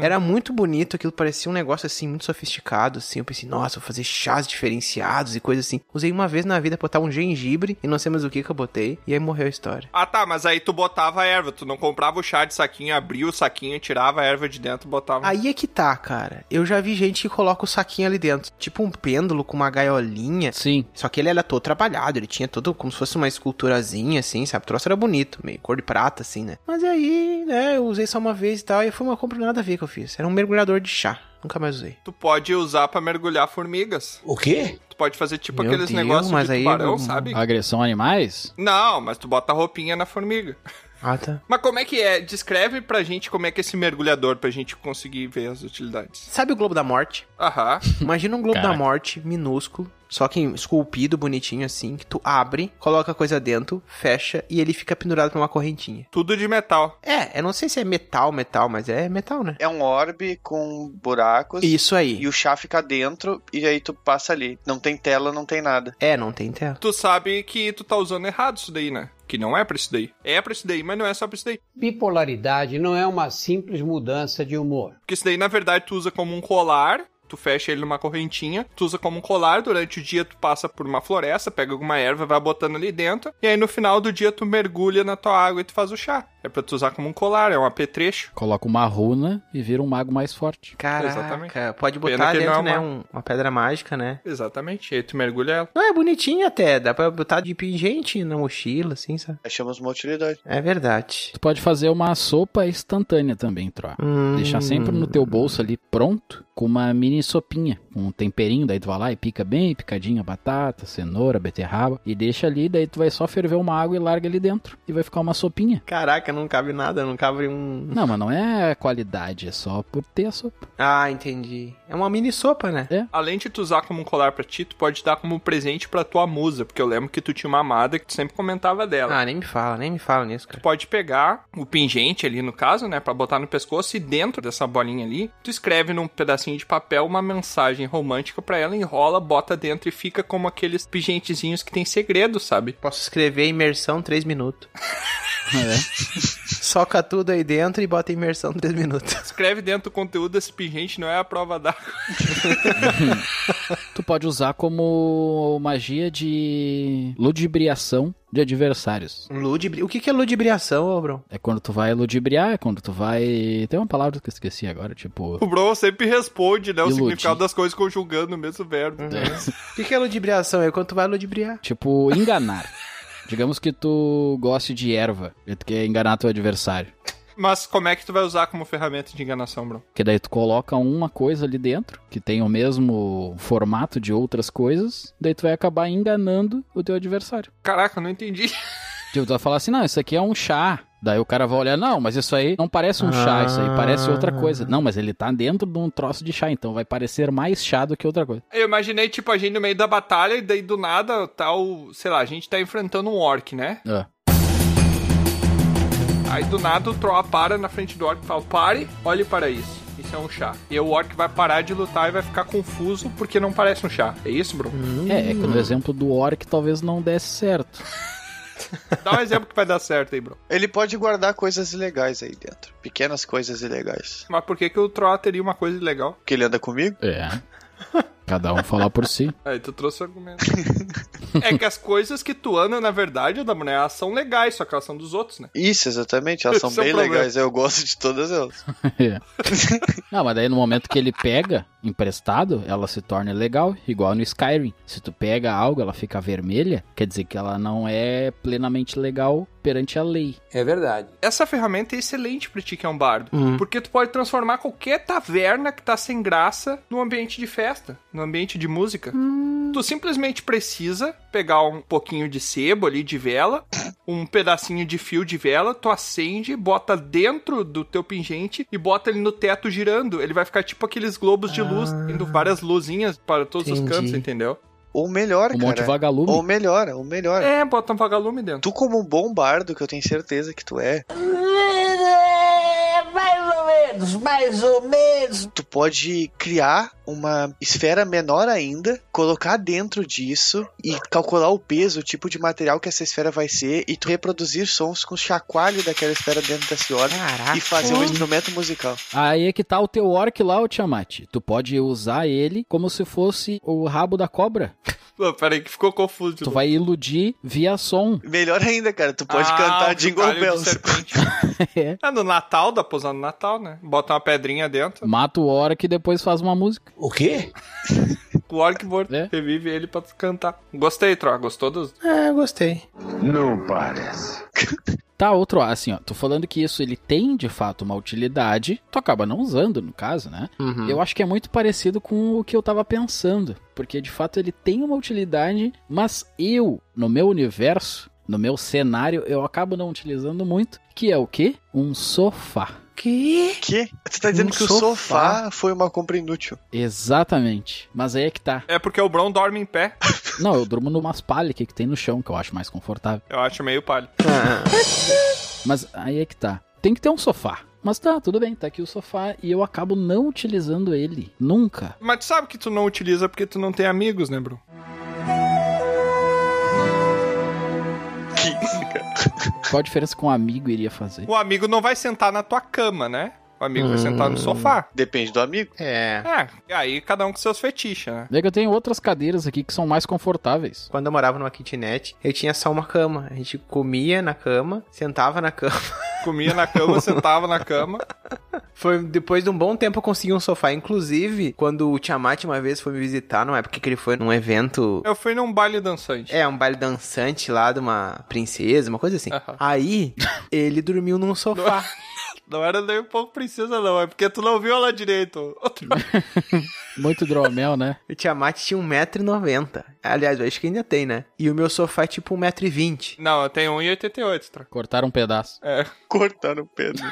B: Era muito bonito, aquilo parecia um negócio assim, muito sofisticado, assim. Eu pensei, nossa, vou fazer chás diferenciados e coisa assim. Usei uma vez na vida botar um gengibre e não sei mais o que que eu botei, e aí morreu a história.
C: [laughs] Ah tá, mas aí tu botava a erva, tu não comprava o chá de saquinho, abria o saquinho, tirava a erva de dentro e botava.
B: Aí é que tá, cara. Eu já vi gente que coloca o saquinho ali dentro, tipo um pêndulo com uma gaiolinha.
D: Sim.
B: Só que ele era todo trabalhado, ele tinha todo como se fosse uma esculturazinha, assim, sabe? O troço era bonito, meio cor de prata, assim, né? Mas aí, né, eu usei só uma vez e tal, e foi uma compra nada a ver que eu fiz. Era um mergulhador de chá. Nunca mais usei.
C: Tu pode usar pra mergulhar formigas.
E: O quê?
C: Tu pode fazer tipo
B: Meu
C: aqueles
B: Deus,
C: negócios
B: mas
C: de
B: aí
C: tubarão,
B: não-
C: sabe?
D: Agressão a animais?
C: Não, mas tu bota a roupinha na formiga.
B: Ah, tá.
C: Mas como é que é? Descreve pra gente como é que é esse mergulhador, pra gente conseguir ver as utilidades.
B: Sabe o Globo da Morte?
C: Aham.
B: Imagina um Globo
D: Caraca.
B: da Morte minúsculo, Só que esculpido, bonitinho assim, que tu abre, coloca a coisa dentro, fecha e ele fica pendurado por uma correntinha.
C: Tudo de metal.
B: É, eu não sei se é metal, metal, mas é metal, né?
A: É um orbe com buracos.
B: Isso aí.
A: E o chá fica dentro e aí tu passa ali. Não tem tela, não tem nada.
B: É, não tem tela.
C: Tu sabe que tu tá usando errado isso daí, né? Que não é pra isso daí. É pra isso daí, mas não é só pra isso daí.
G: Bipolaridade não é uma simples mudança de humor.
C: Porque isso daí, na verdade, tu usa como um colar tu fecha ele numa correntinha, tu usa como um colar, durante o dia tu passa por uma floresta, pega alguma erva, vai botando ali dentro, e aí no final do dia tu mergulha na tua água e tu faz o chá. É pra tu usar como um colar, é um apetrecho.
D: Coloca uma runa e vira um mago mais forte.
B: Caraca,
C: Exatamente.
B: pode
C: Pena
B: botar
C: que ele
B: dentro,
C: não é
B: né?
C: uma-
B: um- uma pedra mágica, né?
C: Exatamente, aí tu mergulha ela.
B: Não, é bonitinho até, dá pra botar de pingente na mochila, assim, sabe?
A: Achamos uma utilidade.
B: É verdade.
D: Tu pode fazer uma sopa instantânea também, Troa.
B: Hum,
D: Deixar sempre no teu bolso ali pronto, com uma mini sopinha, com um temperinho, daí tu vai lá e pica bem, picadinha, batata, cenoura, beterraba, e deixa ali, daí tu vai só ferver uma água e larga ali dentro, e vai ficar uma sopinha.
B: Caraca, não cabe nada, não cabe um.
D: Não, mas não é qualidade, é só por ter a
B: [laughs]
D: sopa.
B: Ah, entendi. É uma mini sopa, né?
C: Além de tu usar como um colar pra ti, tu pode dar como um presente pra tua musa, porque eu lembro que tu tinha uma amada que tu sempre comentava dela.
B: Ah, nem me fala, nem me fala nisso,
C: Tu
B: cara.
C: pode pegar o pingente ali, no caso, né, Pra botar no pescoço e dentro dessa bolinha ali, tu escreve num pedacinho de papel uma mensagem romântica pra ela, enrola, bota dentro e fica como aqueles pingentezinhos que tem segredo, sabe?
B: Posso escrever imersão 3 minutos. [laughs]
D: É.
B: Soca tudo aí dentro e bota imersão 3 minutos.
C: Escreve dentro do conteúdo desse pingente, não é a prova d'água.
D: Tu pode usar como magia de ludibriação de adversários.
B: Ludibri... O que que é ludibriação, ô, Bruno?
D: É quando tu vai ludibriar, é quando tu vai. Tem uma palavra que eu esqueci agora, tipo.
C: [laughs] O Bro sempre responde, né, o
D: Ilude.
C: significado das coisas conjugando o mesmo verbo.
B: O que que é ludibriação? É quando tu vai ludibriar.
D: Tipo, enganar. Digamos que tu goste de erva e tu quer enganar teu adversário.
C: Mas como é que tu vai usar como ferramenta de enganação, Bro?
D: Que daí tu coloca uma coisa ali dentro, que tem o mesmo formato de outras coisas, daí tu vai acabar enganando o teu adversário.
C: Caraca, eu não entendi. [laughs]
D: Tipo, tu vai falar assim, não, isso aqui é um chá. Daí o cara vai olhar, não, mas isso aí não parece um chá, isso aí parece outra coisa. Não, mas ele tá dentro de um troço de chá, então vai parecer mais chá do que outra coisa.
C: Eu imaginei, tipo, a gente no meio da batalha e daí do nada tal, sei lá, a gente tá enfrentando um orc, né?
D: É.
C: Aí do nada o Troa para na frente do orc e fala: pare, olhe para isso. Isso é um chá. E aí o orc vai parar de lutar e vai ficar confuso porque não parece um chá. É isso, bro?
D: É, é que
A: Hum.
D: no exemplo do orc talvez não desse certo.
C: Dá um exemplo que vai dar certo aí, bro.
A: Ele pode guardar coisas ilegais aí dentro. Pequenas coisas ilegais.
C: Mas por que, que o Troa teria uma coisa legal?
A: Porque ele anda comigo?
D: É. Cada um falar por si. [laughs]
C: Aí tu trouxe o argumento. é que as coisas que tu anda, na verdade, da mulher, elas são legais, só que elas são dos outros, né?
A: Isso, exatamente. Elas são
C: Esse é o
A: bem
C: problema.
A: legais. Eu gosto de todas elas.
D: É. Não, mas daí no momento que ele pega emprestado, ela se torna legal, igual no Skyrim. Se tu pega algo, ela fica vermelha, quer dizer que ela não é plenamente legal perante a lei.
G: É verdade.
C: Essa ferramenta é excelente pra ti que é um bardo.
B: Hum.
C: Porque tu pode transformar qualquer taverna que tá sem graça num ambiente de festa, num ambiente de música.
B: Hum.
C: Tu simplesmente precisa pegar um pouquinho de sebo ali de vela, um pedacinho de fio de vela, tu acende, bota dentro do teu pingente e bota ele no teto girando. Ele vai ficar tipo aqueles globos de luz,
B: Ah.
C: tendo várias luzinhas para todos os
B: Entendi.
C: cantos, entendeu?
A: Ou melhor,
D: O
C: Um
A: cara.
D: Monte Vagalume.
A: Ou melhor, ou melhor.
C: É, bota um vagalume dentro.
A: Tu, como um bom bardo, que eu tenho certeza que tu é,
K: É, mais ou menos, mais ou menos.
A: tu pode criar uma esfera menor ainda, colocar dentro disso e calcular o peso, o tipo de material que essa esfera vai ser e tu reproduzir sons com o chacoalho daquela esfera dentro dessa ordem
B: Caraca.
A: e fazer um instrumento musical.
D: Aí é que tá o teu orc lá, o Tiamat. Tu pode usar ele como se fosse o rabo da cobra.
C: Pô, peraí que ficou confuso. de
D: Tu
C: novo.
D: vai iludir via som.
A: Melhor ainda, cara, tu pode
C: Ah,
A: cantar
C: o
A: Jingle
C: chocalho de
A: Bells.
C: serpente.
D: [laughs] É.
C: Ah, no Natal, dá pra usar no Natal, né? Bota uma pedrinha
A: Tá.
C: dentro.
D: Mata o orc e depois faz uma música.
G: O quê?
C: O Orcboard
D: É.
C: revive ele pra tu cantar. Gostei, Tro. Gostou dos...
B: Ah, eu gostei.
I: Não parece.
D: Tá, outro, assim, ó. Tô falando que isso ele tem de fato uma utilidade. Tu acaba não usando, no caso, né?
B: Uhum.
D: Eu acho que é muito parecido com o que eu tava pensando, porque de fato ele tem uma utilidade, mas eu, no meu universo, no meu cenário, eu acabo não utilizando muito, que é o quê? Um sofá.
A: Que? Que? Você tá dizendo
D: Um
A: que o
D: sofá.
A: sofá foi uma compra inútil.
D: Exatamente. Mas aí é que tá.
C: É porque o Bron dorme em pé.
D: Não, eu durmo numas palhas que que tem no chão, que eu acho mais confortável.
C: Eu acho meio palho.
D: Mas aí é que tá. Tem que ter um sofá. Mas tá, tudo bem, tá aqui o sofá e eu acabo não utilizando ele. Nunca.
C: Mas tu sabe que tu não utiliza porque tu não tem amigos, né, Bron?
D: Qual a diferença que um amigo iria fazer?
C: O amigo não vai sentar na tua cama, né? O amigo vai sentar no sofá.
A: Depende do amigo.
B: É.
C: É, e aí cada um com seus fetiches, né?
D: É que eu tenho outras cadeiras aqui que são mais confortáveis.
B: Quando eu morava numa kitnet, eu tinha só uma cama. A gente comia na cama, sentava na cama. [laughs]
C: Comia na cama, [laughs] sentava na cama.
B: Foi depois de um bom tempo eu consegui um sofá. Inclusive, quando o Tiamat uma vez foi me visitar, numa época que ele foi num evento.
C: Eu fui num baile dançante.
B: É, um baile dançante lá de uma princesa, uma coisa assim.
C: Aham.
B: [laughs] Aí, ele dormiu num sofá.
C: [laughs] Não era nem um pouco princesa, não. É porque tu não viu ela direito. Outro-
D: Muito hidromel, né?
B: O Tiamat tinha 1,90m. Aliás, eu acho que ainda tem, né? E o meu sofá é tipo 1,20m.
C: Não, eu tenho 1,88, tra.
D: Cortaram um pedaço.
C: É.
A: Cortaram o Pedro.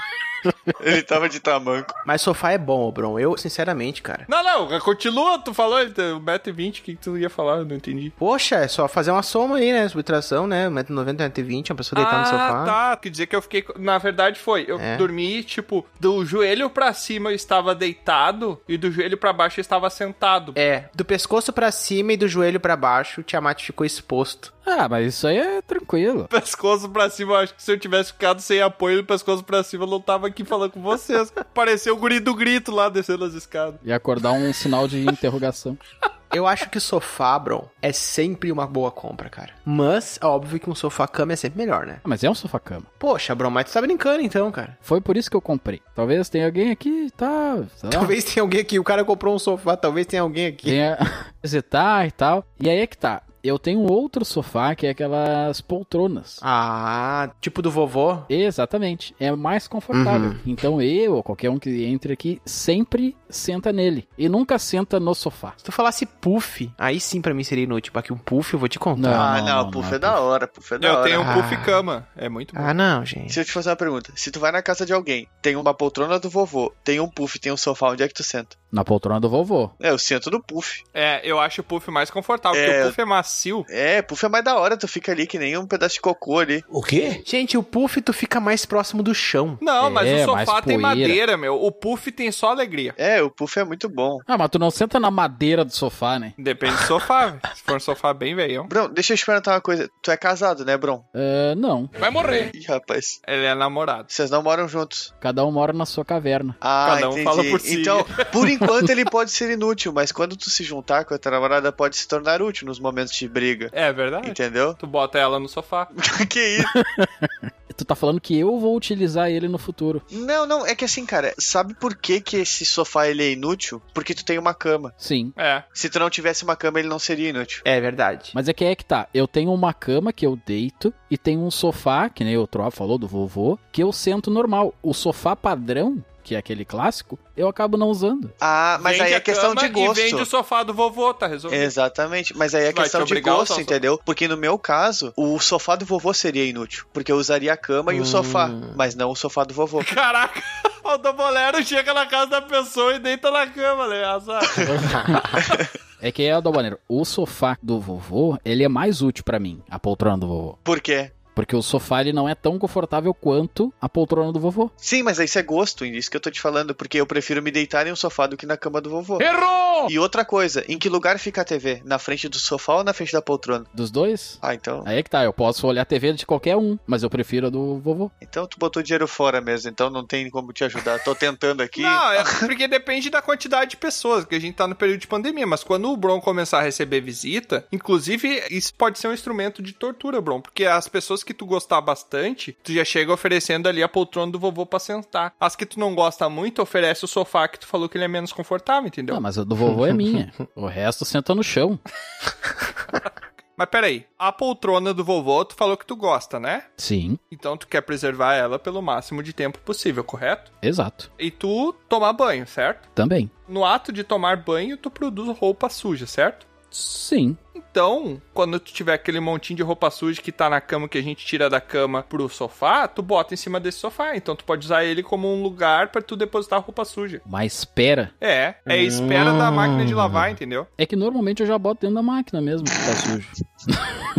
A: Ele tava de tamanco.
B: Mas sofá é bom, ô, Bron. Eu, sinceramente, cara.
C: Não, não, continua, tu falou ele tem 1,20m, o que que tu ia falar? Eu não entendi.
B: Poxa, é só fazer uma soma aí, né? Subtração, né? 1,90m, 1,20m, uma pessoa deitar no sofá.
C: tá. Quer dizer que eu fiquei. Na verdade, foi. Eu
B: É.
C: dormi, tipo, do joelho pra cima eu estava deitado e do joelho pra baixo eu estava sentado.
B: É, do pescoço pra cima e do joelho pra baixo, o Tiamat ficou exposto.
D: Ah, mas isso aí é tranquilo.
C: [laughs] Pescoço pra cima, eu acho que se eu tivesse ficado sem apoio do pescoço pra cima, eu não tava aqui falando
B: [laughs]
C: com vocês. Pareceu o guri do grito lá descendo as escadas.
D: E acordar um sinal de interrogação.
B: Eu acho que sofá, Bron, é sempre uma boa compra, cara. Mas, é óbvio que um sofá-cama é sempre melhor, né?
D: Ah, mas é um sofá-cama.
B: Poxa, Bron, mas tu tá brincando então, cara.
D: Foi por isso que eu comprei. Talvez tenha alguém aqui, tá? Sei lá.
B: Talvez tenha alguém aqui, o cara comprou um sofá, talvez tenha alguém aqui.
D: Venha [laughs] visitar e tal. E aí é que tá. Eu tenho outro sofá que é aquelas poltronas.
B: Ah, tipo do vovô?
D: Exatamente. É mais confortável.
B: Uhum.
D: Então eu, ou qualquer um que entre aqui, sempre senta nele. E nunca senta no sofá.
B: Se tu falasse puff, aí sim pra mim seria inútil. Aqui um puff eu vou te
D: Não.
B: contar.
A: Ah, não,
D: não,
A: puff
D: não,
A: é da hora, puff é da
C: Eu
A: hora.
C: tenho um
B: Ah.
C: puff cama. É muito bom.
B: Ah, não, gente.
A: Se eu te fazer uma pergunta, se tu vai na casa de alguém, tem uma poltrona do vovô, tem um puff, tem um sofá, onde é que tu senta?
D: Na poltrona do vovô.
A: É, eu sento no puff.
C: É, eu acho o puff mais confortável, porque
A: É.
C: o puff é macio.
A: É, puff é mais da hora, tu fica ali que nem um pedaço de cocô ali.
G: O quê?
B: Gente, o puff tu fica mais próximo do chão.
C: Não, mas
D: É,
C: o sofá
D: mais
C: tem
D: poeira.
C: madeira, meu. O puff tem só alegria.
A: É, o puff é muito bom.
D: Ah, mas tu não senta na madeira do sofá, né?
C: Depende do
D: [laughs]
C: sofá. velho. Se for um sofá bem velhão.
A: Bron, deixa eu te perguntar uma coisa. Tu é casado, né, Bron?
D: Ah, não.
C: Vai morrer.
A: Ih, rapaz.
C: Ele é namorado.
A: Vocês não moram juntos.
D: Cada um mora na sua caverna.
A: Ah,
C: Cada um
A: entendi.
C: fala por si.
A: Então, por enquanto ele pode ser inútil, mas quando tu se juntar com a tua namorada, pode se tornar útil nos momentos de briga.
C: É verdade. [laughs]
A: Entendeu?
C: Tu bota ela no sofá.
A: que isso?
D: Tu tá falando que eu vou utilizar ele no futuro.
A: Não, não, é que assim, cara, sabe por que, que esse sofá ele é inútil? Porque tu tem uma cama.
D: Sim.
C: É.
A: Se tu não tivesse uma cama, ele não seria inútil.
B: É verdade.
D: Mas é que é que tá. Eu tenho uma cama que eu deito e tenho um sofá, que nem o Troá falou do vovô, que eu sento normal. O sofá padrão, que é aquele clássico, eu acabo não usando.
A: Ah, mas
C: Vende
A: aí é
C: a
A: questão
C: cama
A: de gosto.
C: E vende o sofá do vovô, tá resolvido.
A: Exatamente, mas aí é
C: Vai te
A: questão de
C: obrigar a usar
A: gosto,
C: o sofá.
A: entendeu? Porque no meu caso, o sofá do vovô seria inútil. Porque eu usaria a cama e o sofá, mas não o sofá do vovô.
C: Caraca, [laughs] o do bolero chega na casa da pessoa e deita na cama, né? Azar.
D: É que é o Balneiro. O sofá do vovô, ele é mais útil pra mim, a poltrona do vovô.
A: Por quê?
D: Porque o sofá ele não é tão confortável quanto a poltrona do vovô.
A: Sim, mas isso é gosto, isso que eu tô te falando, porque eu prefiro me deitar em um sofá do que na cama do vovô.
G: Errou!
A: E outra coisa, em que lugar fica a TV? Na frente do sofá ou na frente da poltrona?
D: Dos dois?
A: Ah, então.
D: Aí é que tá, eu posso olhar a TV de qualquer um, mas eu prefiro a do vovô.
A: Então tu botou dinheiro fora mesmo, então não tem como te ajudar. Tô tentando aqui.
C: Não, é porque depende da quantidade de pessoas, que a gente tá no período de pandemia, mas quando o Bron começar a receber visita, inclusive, isso pode ser um instrumento de tortura, Bron, porque as pessoas que tu gostar bastante, tu já chega oferecendo ali a poltrona do vovô pra sentar. As que tu não gosta muito, oferece o sofá que tu falou que ele é menos confortável, entendeu?
D: Não, mas a do vovô é [laughs] minha. O resto senta no chão.
C: Mas peraí, a poltrona do vovô, tu falou que tu gosta, né?
D: Sim,
C: Então tu quer preservar ela pelo máximo de tempo possível, correto?
D: exato.
C: E tu tomar banho, certo?
D: Também.
C: No ato de tomar banho, tu produz roupa suja, certo?
D: Sim.
C: Então, quando tu tiver aquele montinho de roupa suja que tá na cama, que a gente tira da cama pro sofá, tu bota em cima desse sofá. Então tu pode usar ele como um lugar pra tu depositar a roupa suja.
D: Uma espera.
C: É, é a espera da máquina de lavar, entendeu?
D: É que normalmente eu já boto dentro da máquina mesmo, que [laughs] tá sujo.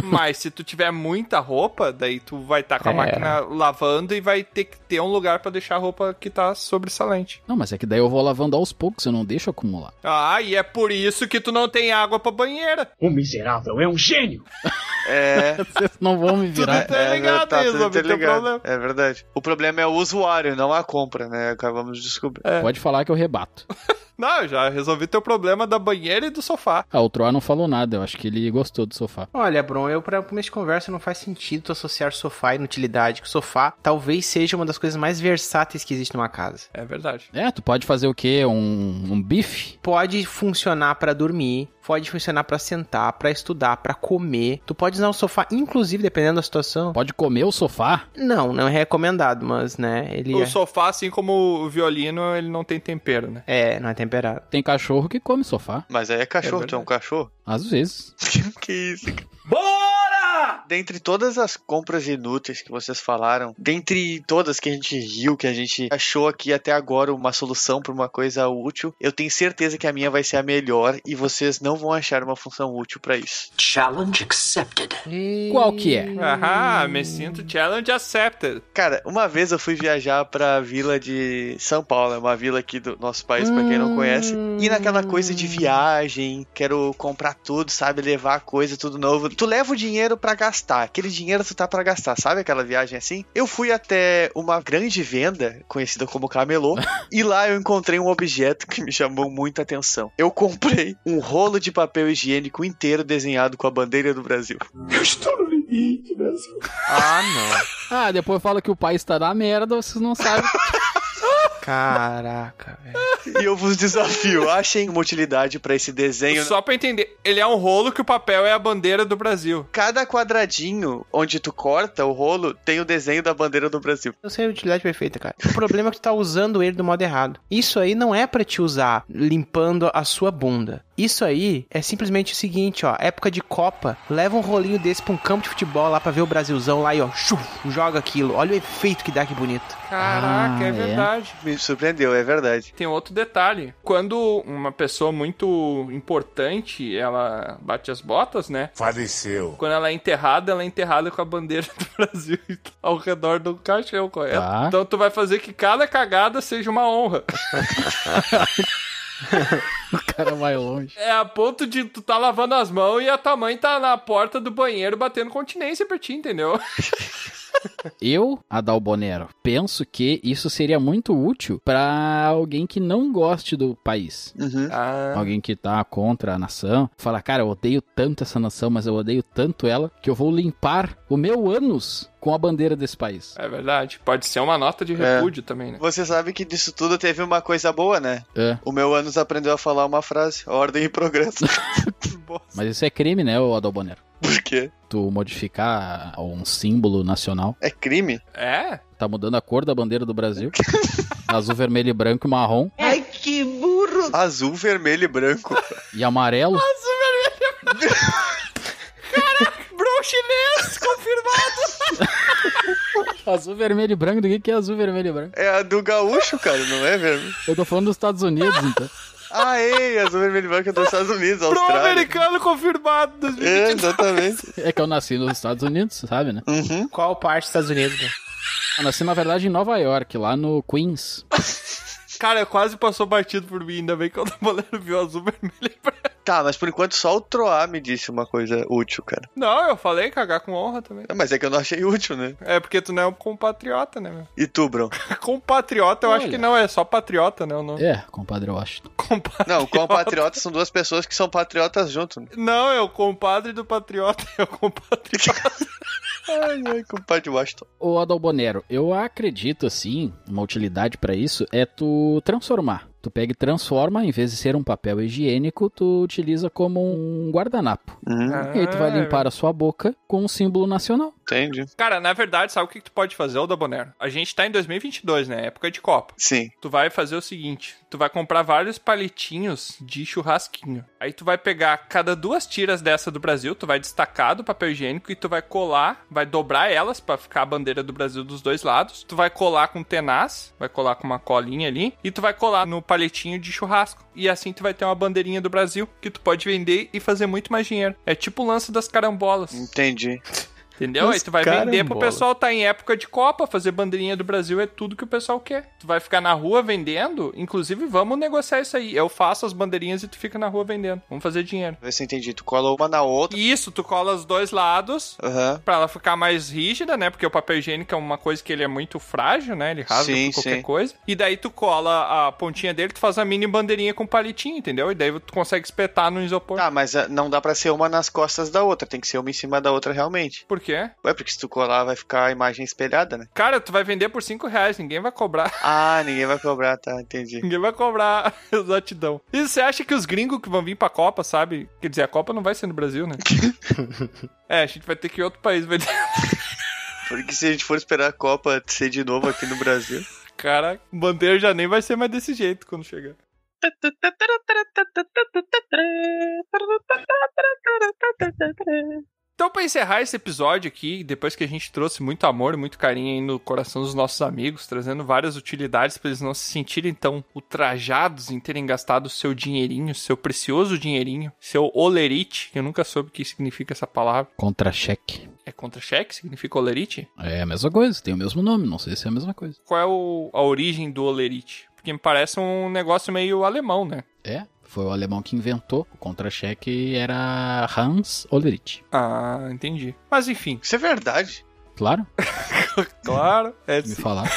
C: Mas se tu tiver muita roupa, daí tu vai estar com a
D: É.
C: máquina lavando e vai ter que ter um lugar pra deixar a roupa que tá sobressalente.
D: Não, mas é que daí eu vou lavando aos poucos, eu não deixo acumular.
C: Ah, e é por isso que tu não tem água pra banheira.
D: O miserável é um gênio!
A: É.
D: Vocês [laughs] não vão me virar.
C: tá ligado aí, Zombie, teu problema.
A: É verdade. O problema é o usuário, não a compra, né? Acabamos de descobrir.
C: É.
D: Pode falar que eu rebato.
C: Não, eu já resolvi teu problema da banheira e do sofá.
D: Ah, o Troá não falou nada, eu acho que ele gostou do sofá.
B: Olha, Bron, eu para começo de conversa não faz sentido tu associar sofá e inutilidade, que o sofá talvez seja uma das coisas mais versáteis que existe numa casa.
C: É verdade.
D: É, tu pode fazer o quê? Um, um bife?
B: Pode funcionar pra dormir, pode funcionar pra sentar, pra estudar, pra comer. Tu pode usar o sofá, inclusive, dependendo da situação.
D: Pode comer o sofá?
B: Não, não é recomendado, mas, né, ele
C: O
B: é...
C: sofá, assim como o violino, ele não tem tempero, né?
B: é, não é temperado.
D: Tem cachorro que come sofá.
A: Mas aí é cachorro,
C: É
A: tu é um cachorro? [laughs]
D: Às vezes.
A: que isso, cara. Bora! Dentre todas as compras inúteis que vocês falaram, dentre todas que a gente riu, que a gente achou aqui até agora uma solução pra uma coisa útil, eu tenho certeza que a minha vai ser a melhor e vocês não vão achar uma função útil pra isso.
K: Challenge accepted.
D: Qual que é?
C: Aham, Ah, me sinto challenge accepted.
A: Cara, uma vez eu fui viajar pra vila de São Paulo, é uma vila aqui do nosso país, pra quem não conhece. E naquela coisa de viagem, quero comprar tudo, sabe? Levar coisa, tudo novo. Tu leva o dinheiro pra gastar, aquele dinheiro tu tá pra gastar, sabe aquela viagem assim? Eu fui até uma grande venda, conhecida como Camelô, e lá eu encontrei um objeto que me chamou muita atenção. Eu comprei um rolo de papel higiênico inteiro desenhado com a bandeira do Brasil.
E: Eu estou no limite, Brasil.
B: Ah, não.
D: Ah, depois fala que o país tá na merda, vocês não sabem.
B: Caraca, velho.
A: E eu vos desafio, achem uma utilidade pra esse desenho.
C: Só pra entender, ele é um rolo que o papel é a bandeira do Brasil.
A: Cada quadradinho onde tu corta o rolo tem o desenho da bandeira do Brasil.
B: Eu sei a utilidade perfeita, cara. O problema é que tu tá usando ele do modo errado. Isso aí não é pra te usar limpando a sua bunda. Isso aí é simplesmente o seguinte, ó. Época de Copa, leva um rolinho desse pra um campo de futebol lá pra ver o Brasilzão lá e ó, chuf, joga aquilo. Olha o efeito que dá, que bonito.
C: Caraca,
D: Ah,
C: é
D: é?
C: verdade.
A: Me surpreendeu, é verdade.
C: Tem outro detalhe. Quando uma pessoa muito importante, ela bate as botas, né?
E: Faleceu.
C: Quando ela é enterrada, ela é enterrada com a bandeira do [laughs] Brasil ao redor do caixão, correto?
D: Tá.
C: Então tu vai fazer que cada cagada seja uma honra.
D: o cara vai longe.
C: É a ponto de tu tá lavando as mãos e a tua mãe tá na porta do banheiro batendo continência pra ti, entendeu?
D: Eu, Adalbonero, penso que isso seria muito útil pra alguém que não goste do país.
A: Uhum.
C: Ah,
D: Alguém que tá contra a nação, fala, cara, eu odeio tanto essa nação, mas eu odeio tanto ela, que eu vou limpar o meu ânus com a bandeira desse país.
C: é verdade. Pode ser uma nota de repúdio também, né?
A: Você sabe que disso tudo teve uma coisa boa, né?
D: É.
A: O meu Anos aprendeu a falar uma frase: ordem e progresso. [laughs]
D: Mas isso é crime, né, ô Adalbonero?
A: Por quê?
D: Tu modificar um símbolo nacional,
A: É crime?
C: É?
D: tá mudando a cor da bandeira do Brasil. Azul, vermelho, e branco e marrom.
K: Ai, que burro!
A: Azul, vermelho e branco.
D: E
C: Ah,
D: amarelo.
C: [laughs] Bro chinês, confirmado!
D: [laughs] Azul, vermelho e branco. Do que que é azul, vermelho e branco?
A: É a do gaúcho, cara, não é vermelho?
D: Eu tô falando dos Estados Unidos, então.
A: Aê, azul, vermelho e branco é dos Estados Unidos,
C: Pro
A: Austrália.
C: americano confirmado
A: É,
C: 2022.
A: exatamente.
D: É que eu nasci nos Estados Unidos, sabe, né?
A: Uhum.
B: Qual parte dos Estados Unidos, né?
D: Eu nasci, na verdade, em Nova York, lá no Queens.
C: Cara, quase passou batido por mim, ainda bem que o Adamolero viu azul, [laughs] vermelho e branco.
A: Tá, mas por enquanto só o Troá me disse uma coisa útil, cara.
C: Não, eu falei cagar com honra também.
A: É, Mas é que eu não achei útil, né?
C: É porque tu não é um compatriota, né? meu? [laughs]
A: E tu, Bruno?
C: Compatriota eu acho
D: Olha.
C: que não, é só patriota, né? O nome.
D: É, compadre Washington.
C: [laughs] Compa-
A: Não,
C: [laughs]
A: compatriotas são duas pessoas que são patriotas [laughs] junto. né?
C: Não, é o compadre do patriota, [laughs] é o compatriota.
A: Ai, ai, compadre Washington.
D: Ô, Adalbonero, eu acredito, assim, uma utilidade pra isso é tu transformar. Tu pega e transforma, em vez de ser um papel higiênico, tu utiliza como um guardanapo.
A: Uhum.
D: E aí tu vai
C: Ah, é
D: limpar a sua boca com um símbolo nacional.
A: Entende?
C: Cara, na verdade, sabe o que que tu pode fazer, ô Dabonero? A gente tá em 2022, né? Época de Copa.
A: Sim.
C: Tu vai fazer o seguinte, tu vai comprar vários palitinhos de churrasquinho. Aí tu vai pegar cada duas tiras dessa do Brasil, tu vai destacar do papel higiênico e tu vai colar, vai dobrar elas pra ficar a bandeira do Brasil dos dois lados. Tu vai colar com tenaz, vai colar com uma colinha ali e tu vai colar no palitinho de churrasco. E assim tu vai ter uma bandeirinha do Brasil que tu pode vender e fazer muito mais dinheiro. É tipo o lance das carambolas.
A: Entendi.
C: Entendeu?
A: Mas é
C: Aí tu vai vender pro
A: carambola.
C: pessoal, tá em época de Copa, fazer bandeirinha do Brasil é tudo que o pessoal quer. Tu vai ficar na rua vendendo, inclusive vamos negociar isso aí. Eu faço as bandeirinhas e tu fica na rua vendendo. Vamos fazer dinheiro.
A: Vê se eu entendi. Tu cola uma na outra.
C: Isso, tu cola os dois lados
A: Aham.
C: pra ela ficar mais rígida, né? Porque o papel higiênico é uma coisa que ele é muito frágil, né? Ele rasga
A: Sim,
C: por qualquer
A: sim.
C: coisa. E daí tu cola a pontinha dele, tu faz a mini bandeirinha com palitinho, entendeu? E daí tu consegue espetar no isopor.
A: Tá, mas ah, não dá pra ser uma nas costas da outra, tem que ser uma em cima da outra realmente.
C: Por quê?
A: Ué, porque se tu colar vai ficar a imagem espelhada, né?
C: Cara, tu vai vender por 5 reais, ninguém vai cobrar.
A: Ah, ninguém vai cobrar, tá, entendi.
C: Ninguém vai cobrar [laughs] exatidão. E você acha que os gringos que vão vir pra Copa, sabe? Quer dizer, a Copa não vai ser no Brasil, né? é, a gente vai ter que ir em outro país. Vai...
A: Porque se a gente for esperar a Copa ser de novo aqui no
C: [laughs]
A: Brasil.
C: Cara, bandeira já nem vai ser mais desse jeito quando chegar. Então, pra encerrar esse episódio aqui, depois que a gente trouxe muito amor, muito carinho aí no coração dos nossos amigos, trazendo várias utilidades pra eles não se sentirem tão ultrajados em terem gastado seu dinheirinho, seu precioso dinheirinho, seu olerite, que eu nunca soube o que significa essa palavra.
D: Contra-cheque.
C: É contra-cheque? Significa olerite?
D: É a mesma coisa, tem o mesmo nome, não sei se é a mesma coisa.
C: Qual é o- a origem do olerite? Porque me parece um negócio meio alemão, né?
D: É, foi o alemão que inventou. O contra-cheque era Hans Olerich.
C: Ah, entendi. Mas enfim,
A: Isso é verdade.
D: [laughs] Claro,
C: [laughs] claro. É
D: me
C: sim.
D: falar.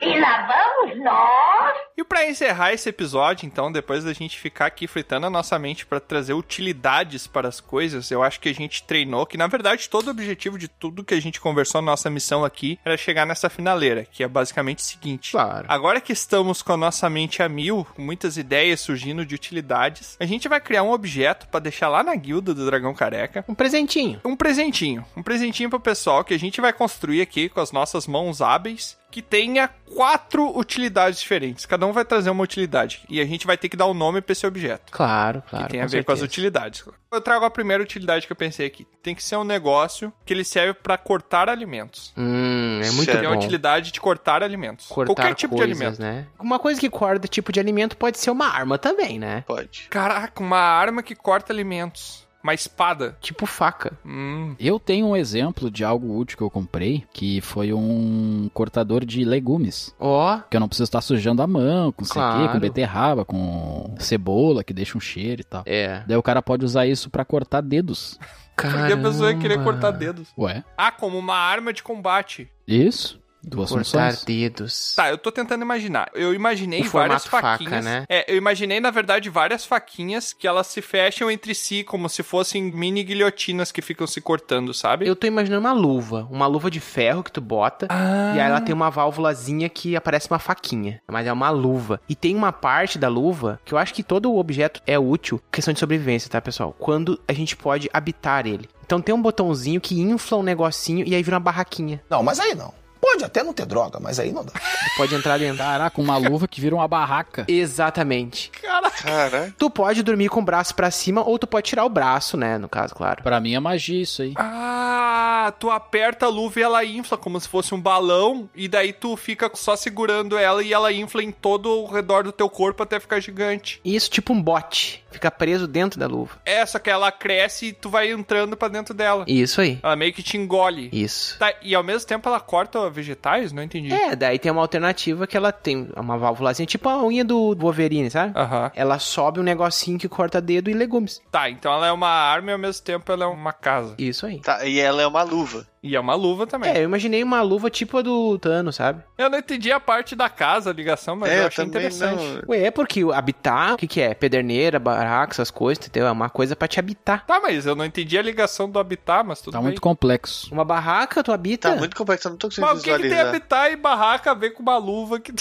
K: E lá vamos nós!
C: E pra encerrar esse episódio, então, depois da gente ficar aqui fritando a nossa mente pra trazer utilidades para as coisas, eu acho que a gente treinou que, na verdade, todo o objetivo de tudo que a gente conversou na nossa missão aqui era chegar nessa finaleira, que é basicamente o seguinte.
B: Claro.
C: Agora que estamos com a nossa mente a mil, com muitas ideias surgindo de utilidades, a gente vai criar um objeto pra deixar lá na guilda do Dragão Careca,
B: Um presentinho.
C: um presentinho. Um presentinho pro pessoal que a gente vai construir aqui com as nossas mãos hábeis. Que tenha quatro utilidades diferentes. Cada um vai trazer uma utilidade. E a gente vai ter que dar um nome pra esse objeto.
B: Claro, claro.
C: que tem a ver com as utilidades. Eu trago a primeira utilidade que eu pensei aqui. Tem que ser um negócio que ele serve pra cortar alimentos.
B: Hum, é muito
A: Certo.
C: Tem
B: bom.
C: a utilidade de cortar alimentos.
B: Cortar
C: Qualquer tipo
B: coisas,
C: de alimento.
B: né? Uma coisa que corta tipo de alimento pode ser uma arma também, né?
A: Pode.
C: Caraca, uma arma que corta alimentos. Uma espada.
B: Tipo faca.
C: Hum.
D: Eu tenho um exemplo de algo útil que eu comprei, que foi um cortador de legumes.
B: Ó,
D: Que eu não preciso estar sujando a mão, com claro.
B: Claro.
D: com beterraba, com cebola, que deixa um cheiro e tal.
B: é.
D: Daí o cara pode usar isso pra cortar dedos.
C: Porque a pessoa ia querer
B: Caramba.
C: cortar dedos.
D: Ué,
C: Ah, como uma arma de combate.
D: isso? Duas
B: Cortar
D: funções?
B: dedos.
C: Tá, eu tô tentando imaginar. Eu imaginei
B: O
C: várias
B: formato faca,
C: faquinhas.
B: né?
C: É, eu imaginei, na verdade, várias faquinhas que elas se fecham entre si, como se fossem mini guilhotinas que ficam se cortando, sabe?
B: Eu tô imaginando uma luva. Uma luva de ferro que tu bota.
C: Ah,
B: E aí ela tem uma válvulazinha que aparece uma faquinha. Mas é uma luva. E tem uma parte da luva que eu acho que todo o objeto é útil. Questão de sobrevivência, tá, pessoal? Quando a gente pode habitar ele. Então tem um botãozinho que infla um negocinho e aí vira uma barraquinha.
L: Não, mas aí não. Pode até não ter droga, mas aí não dá.
B: Tu pode entrar dentro.
D: Caraca, uma luva que vira uma barraca.
B: Exatamente.
A: Caraca.
B: Tu pode dormir com o braço pra cima ou tu pode tirar o braço, né? No caso, claro.
D: Pra mim é magia isso aí.
C: Ah, tu aperta a luva e ela infla como se fosse um balão, e daí tu fica só segurando ela e ela infla em todo o redor do teu corpo até ficar gigante.
B: Isso, tipo um bote. Fica preso dentro da luva.
C: É, só que ela cresce e tu vai entrando pra dentro dela.
B: Isso aí.
C: Ela meio que te engole.
B: Isso.
C: Tá, e ao mesmo tempo ela corta vegetais? Não entendi.
B: É, daí tem uma alternativa que ela tem uma válvulazinha, tipo a unha do Wolverine, sabe?
C: Aham.
B: Ela sobe um negocinho que corta dedo e legumes.
C: Tá, então ela é uma arma e ao mesmo tempo ela é uma casa.
B: Isso aí.
A: Tá, e ela é uma luva.
C: E é uma luva também.
B: É, eu imaginei uma luva tipo a do Thanos, sabe?
C: Eu não entendi a parte da casa, a ligação, mas
A: É,
C: eu
A: eu
C: achei
A: também
C: interessante.
A: não.
B: Ué, é porque o habitar, o que que é? Pederneira, barraca, essas coisas, entendeu? É uma coisa pra te habitar.
C: Tá, mas eu não entendi a ligação do habitat, mas tudo
D: Tá
C: bem.
D: muito complexo.
B: Uma barraca, tu habita.
C: É.
A: Tá muito complexo, eu não tô conseguindo
C: Mas o que, que tem
A: visualizar.
C: habitat e barraca a ver com uma luva que.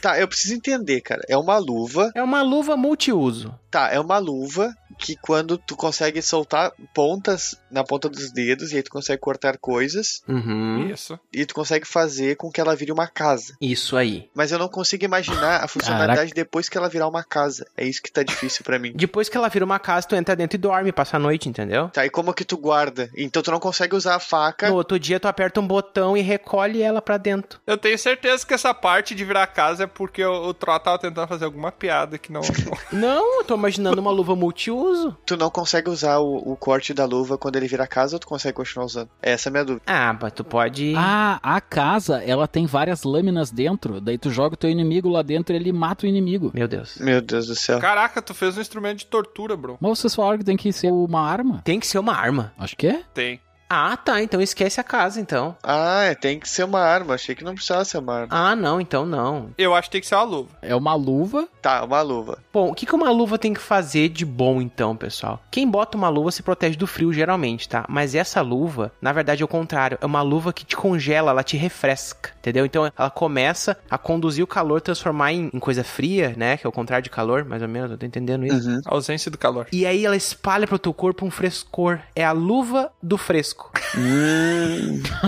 A: Tá, eu preciso entender, cara. É uma luva.
B: É uma luva multiuso.
A: Tá, é uma luva que quando tu consegue soltar pontas na ponta dos dedos e aí tu consegue cortar coisas.
D: Hum?
B: Uhum.
C: Isso.
A: E tu consegue fazer com que ela vire uma casa.
B: Isso aí.
A: Mas eu não consigo imaginar a funcionalidade depois que ela virar uma casa. É isso que tá difícil pra mim.
B: Depois que ela vira uma casa, tu entra dentro e dorme, passa a noite, entendeu?
A: Tá, e como que tu guarda? Então tu não consegue usar a faca.
B: No outro dia tu aperta um botão e recolhe ela pra dentro.
C: Eu tenho certeza que essa parte de virar casa é porque o, o Troll tava tentando fazer alguma
D: [laughs]
C: piada que não.
B: Não, eu tô imaginando uma luva multiuso.
A: Tu não consegue usar o, o corte da luva quando ele vira casa ou tu consegue continuar usando? Essa é a minha dúvida.
B: Ah, mas tu pode.
D: Ah, a casa, ela tem várias lâminas dentro. Daí tu joga o teu inimigo lá dentro e ele mata o inimigo.
B: Meu Deus.
A: Meu Deus do céu.
C: Caraca, tu fez um instrumento de tortura, bro.
D: Mas vocês falaram que tem que ser uma arma?
B: Tem que ser uma arma.
D: Acho que é.
C: Tem.
B: Ah, tá. Então esquece a casa, então.
A: Ah, é, tem que ser uma arma. Achei que não precisava ser uma arma.
B: Ah, não, então não.
C: Eu acho que tem que ser uma luva.
D: É uma luva.
A: Tá, uma luva.
B: Bom, o que que uma luva tem que fazer de bom, então, pessoal? Quem bota uma luva se protege do frio, geralmente, tá? Mas essa luva, na verdade, é o contrário. É uma luva que te congela, ela te refresca, entendeu? Então ela começa a conduzir o calor, transformar em, em coisa fria, né? Que é o contrário de calor, mais ou menos. Eu tô entendendo isso.
A: Uhum.
C: A ausência
D: [laughs]
C: do calor.
B: E aí ela espalha pro teu corpo um frescor. É a luva do fresco. [laughs]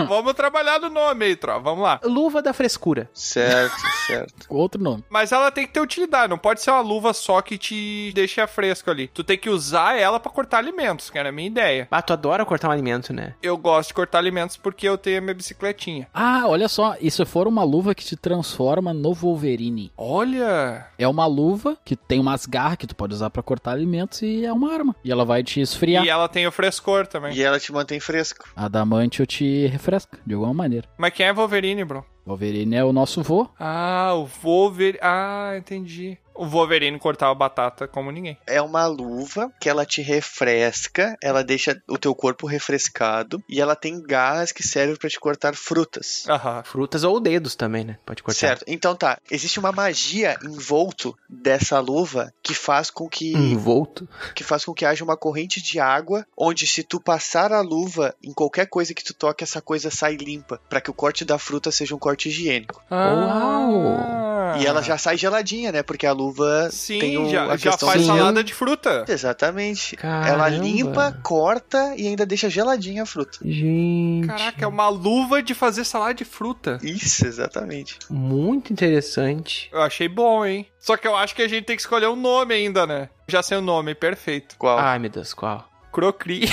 C: Vamos trabalhar no nome aí, Tro. Vamos lá.
B: Luva da frescura.
C: [laughs]
A: Certo, certo.
D: Outro nome.
C: Mas ela tem que ter utilidade, não pode ser uma luva só que te deixa fresco ali. Tu tem que usar ela pra cortar alimentos, que era a minha ideia.
B: Ah, tu adora cortar um alimento, né?
C: Eu gosto de cortar alimentos porque eu tenho a minha bicicletinha.
D: Ah, olha só. E se for uma luva que te transforma no Wolverine?
C: Olha!
D: É uma luva que tem umas garras que tu pode usar pra cortar alimentos e é uma arma. E ela vai te esfriar.
C: E ela tem o frescor também.
A: E ela te mantém fresco.
D: Adamantio te refresca, de alguma maneira.
C: Mas quem é Wolverine, bro?
D: Wolverine é o nosso vô.
C: Ah, o Wolverine. Ah, entendi. O Wolverine cortava batata como ninguém.
A: É uma luva que ela te refresca, ela deixa o teu corpo refrescado e ela tem garras que servem pra te cortar frutas.
C: Aham.
B: Frutas ou dedos também, né? Pode cortar.
A: Certo, então tá. Existe uma magia envolto dessa luva que faz com que
C: Hum.
B: Um Envolto.
A: que faz com que haja uma corrente de água, onde se tu passar a luva em qualquer coisa que tu toque, essa coisa sai limpa, pra que o corte da fruta seja um corte higiênico.
C: Ah.
A: E ela já sai geladinha, né? Porque a luva tem
C: Sim,
A: o,
C: já,
A: a
C: já
A: questão
C: faz
A: do gelo.
C: salada de fruta.
A: Exatamente.
B: Caramba.
A: Ela limpa, corta e ainda deixa geladinha a fruta.
B: Gente.
C: Caraca, é uma luva de fazer salada de fruta.
A: Isso, exatamente.
B: Muito interessante.
C: Eu achei bom, hein? Só que eu acho que a gente tem que escolher um nome ainda, né? Já sei o nome, perfeito.
A: Qual?
B: Ai, meu Deus, qual?
C: [laughs] Crocri.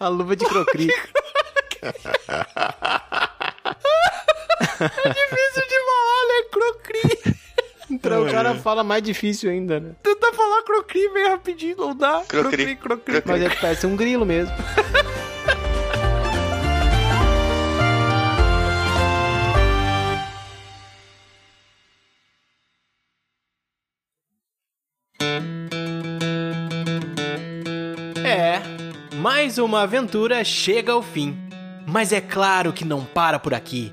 B: A luva [laughs] de crocri.
C: Difícil de falar, né? Crocri.
B: então o cara fala mais difícil ainda, né?
C: Tenta falar crocri bem rapidinho, não dá.
A: Crocri.
C: crocri. crocri.
B: Mas é que parece um grilo mesmo. É, mais uma aventura chega ao fim. Mas é claro que não para por aqui.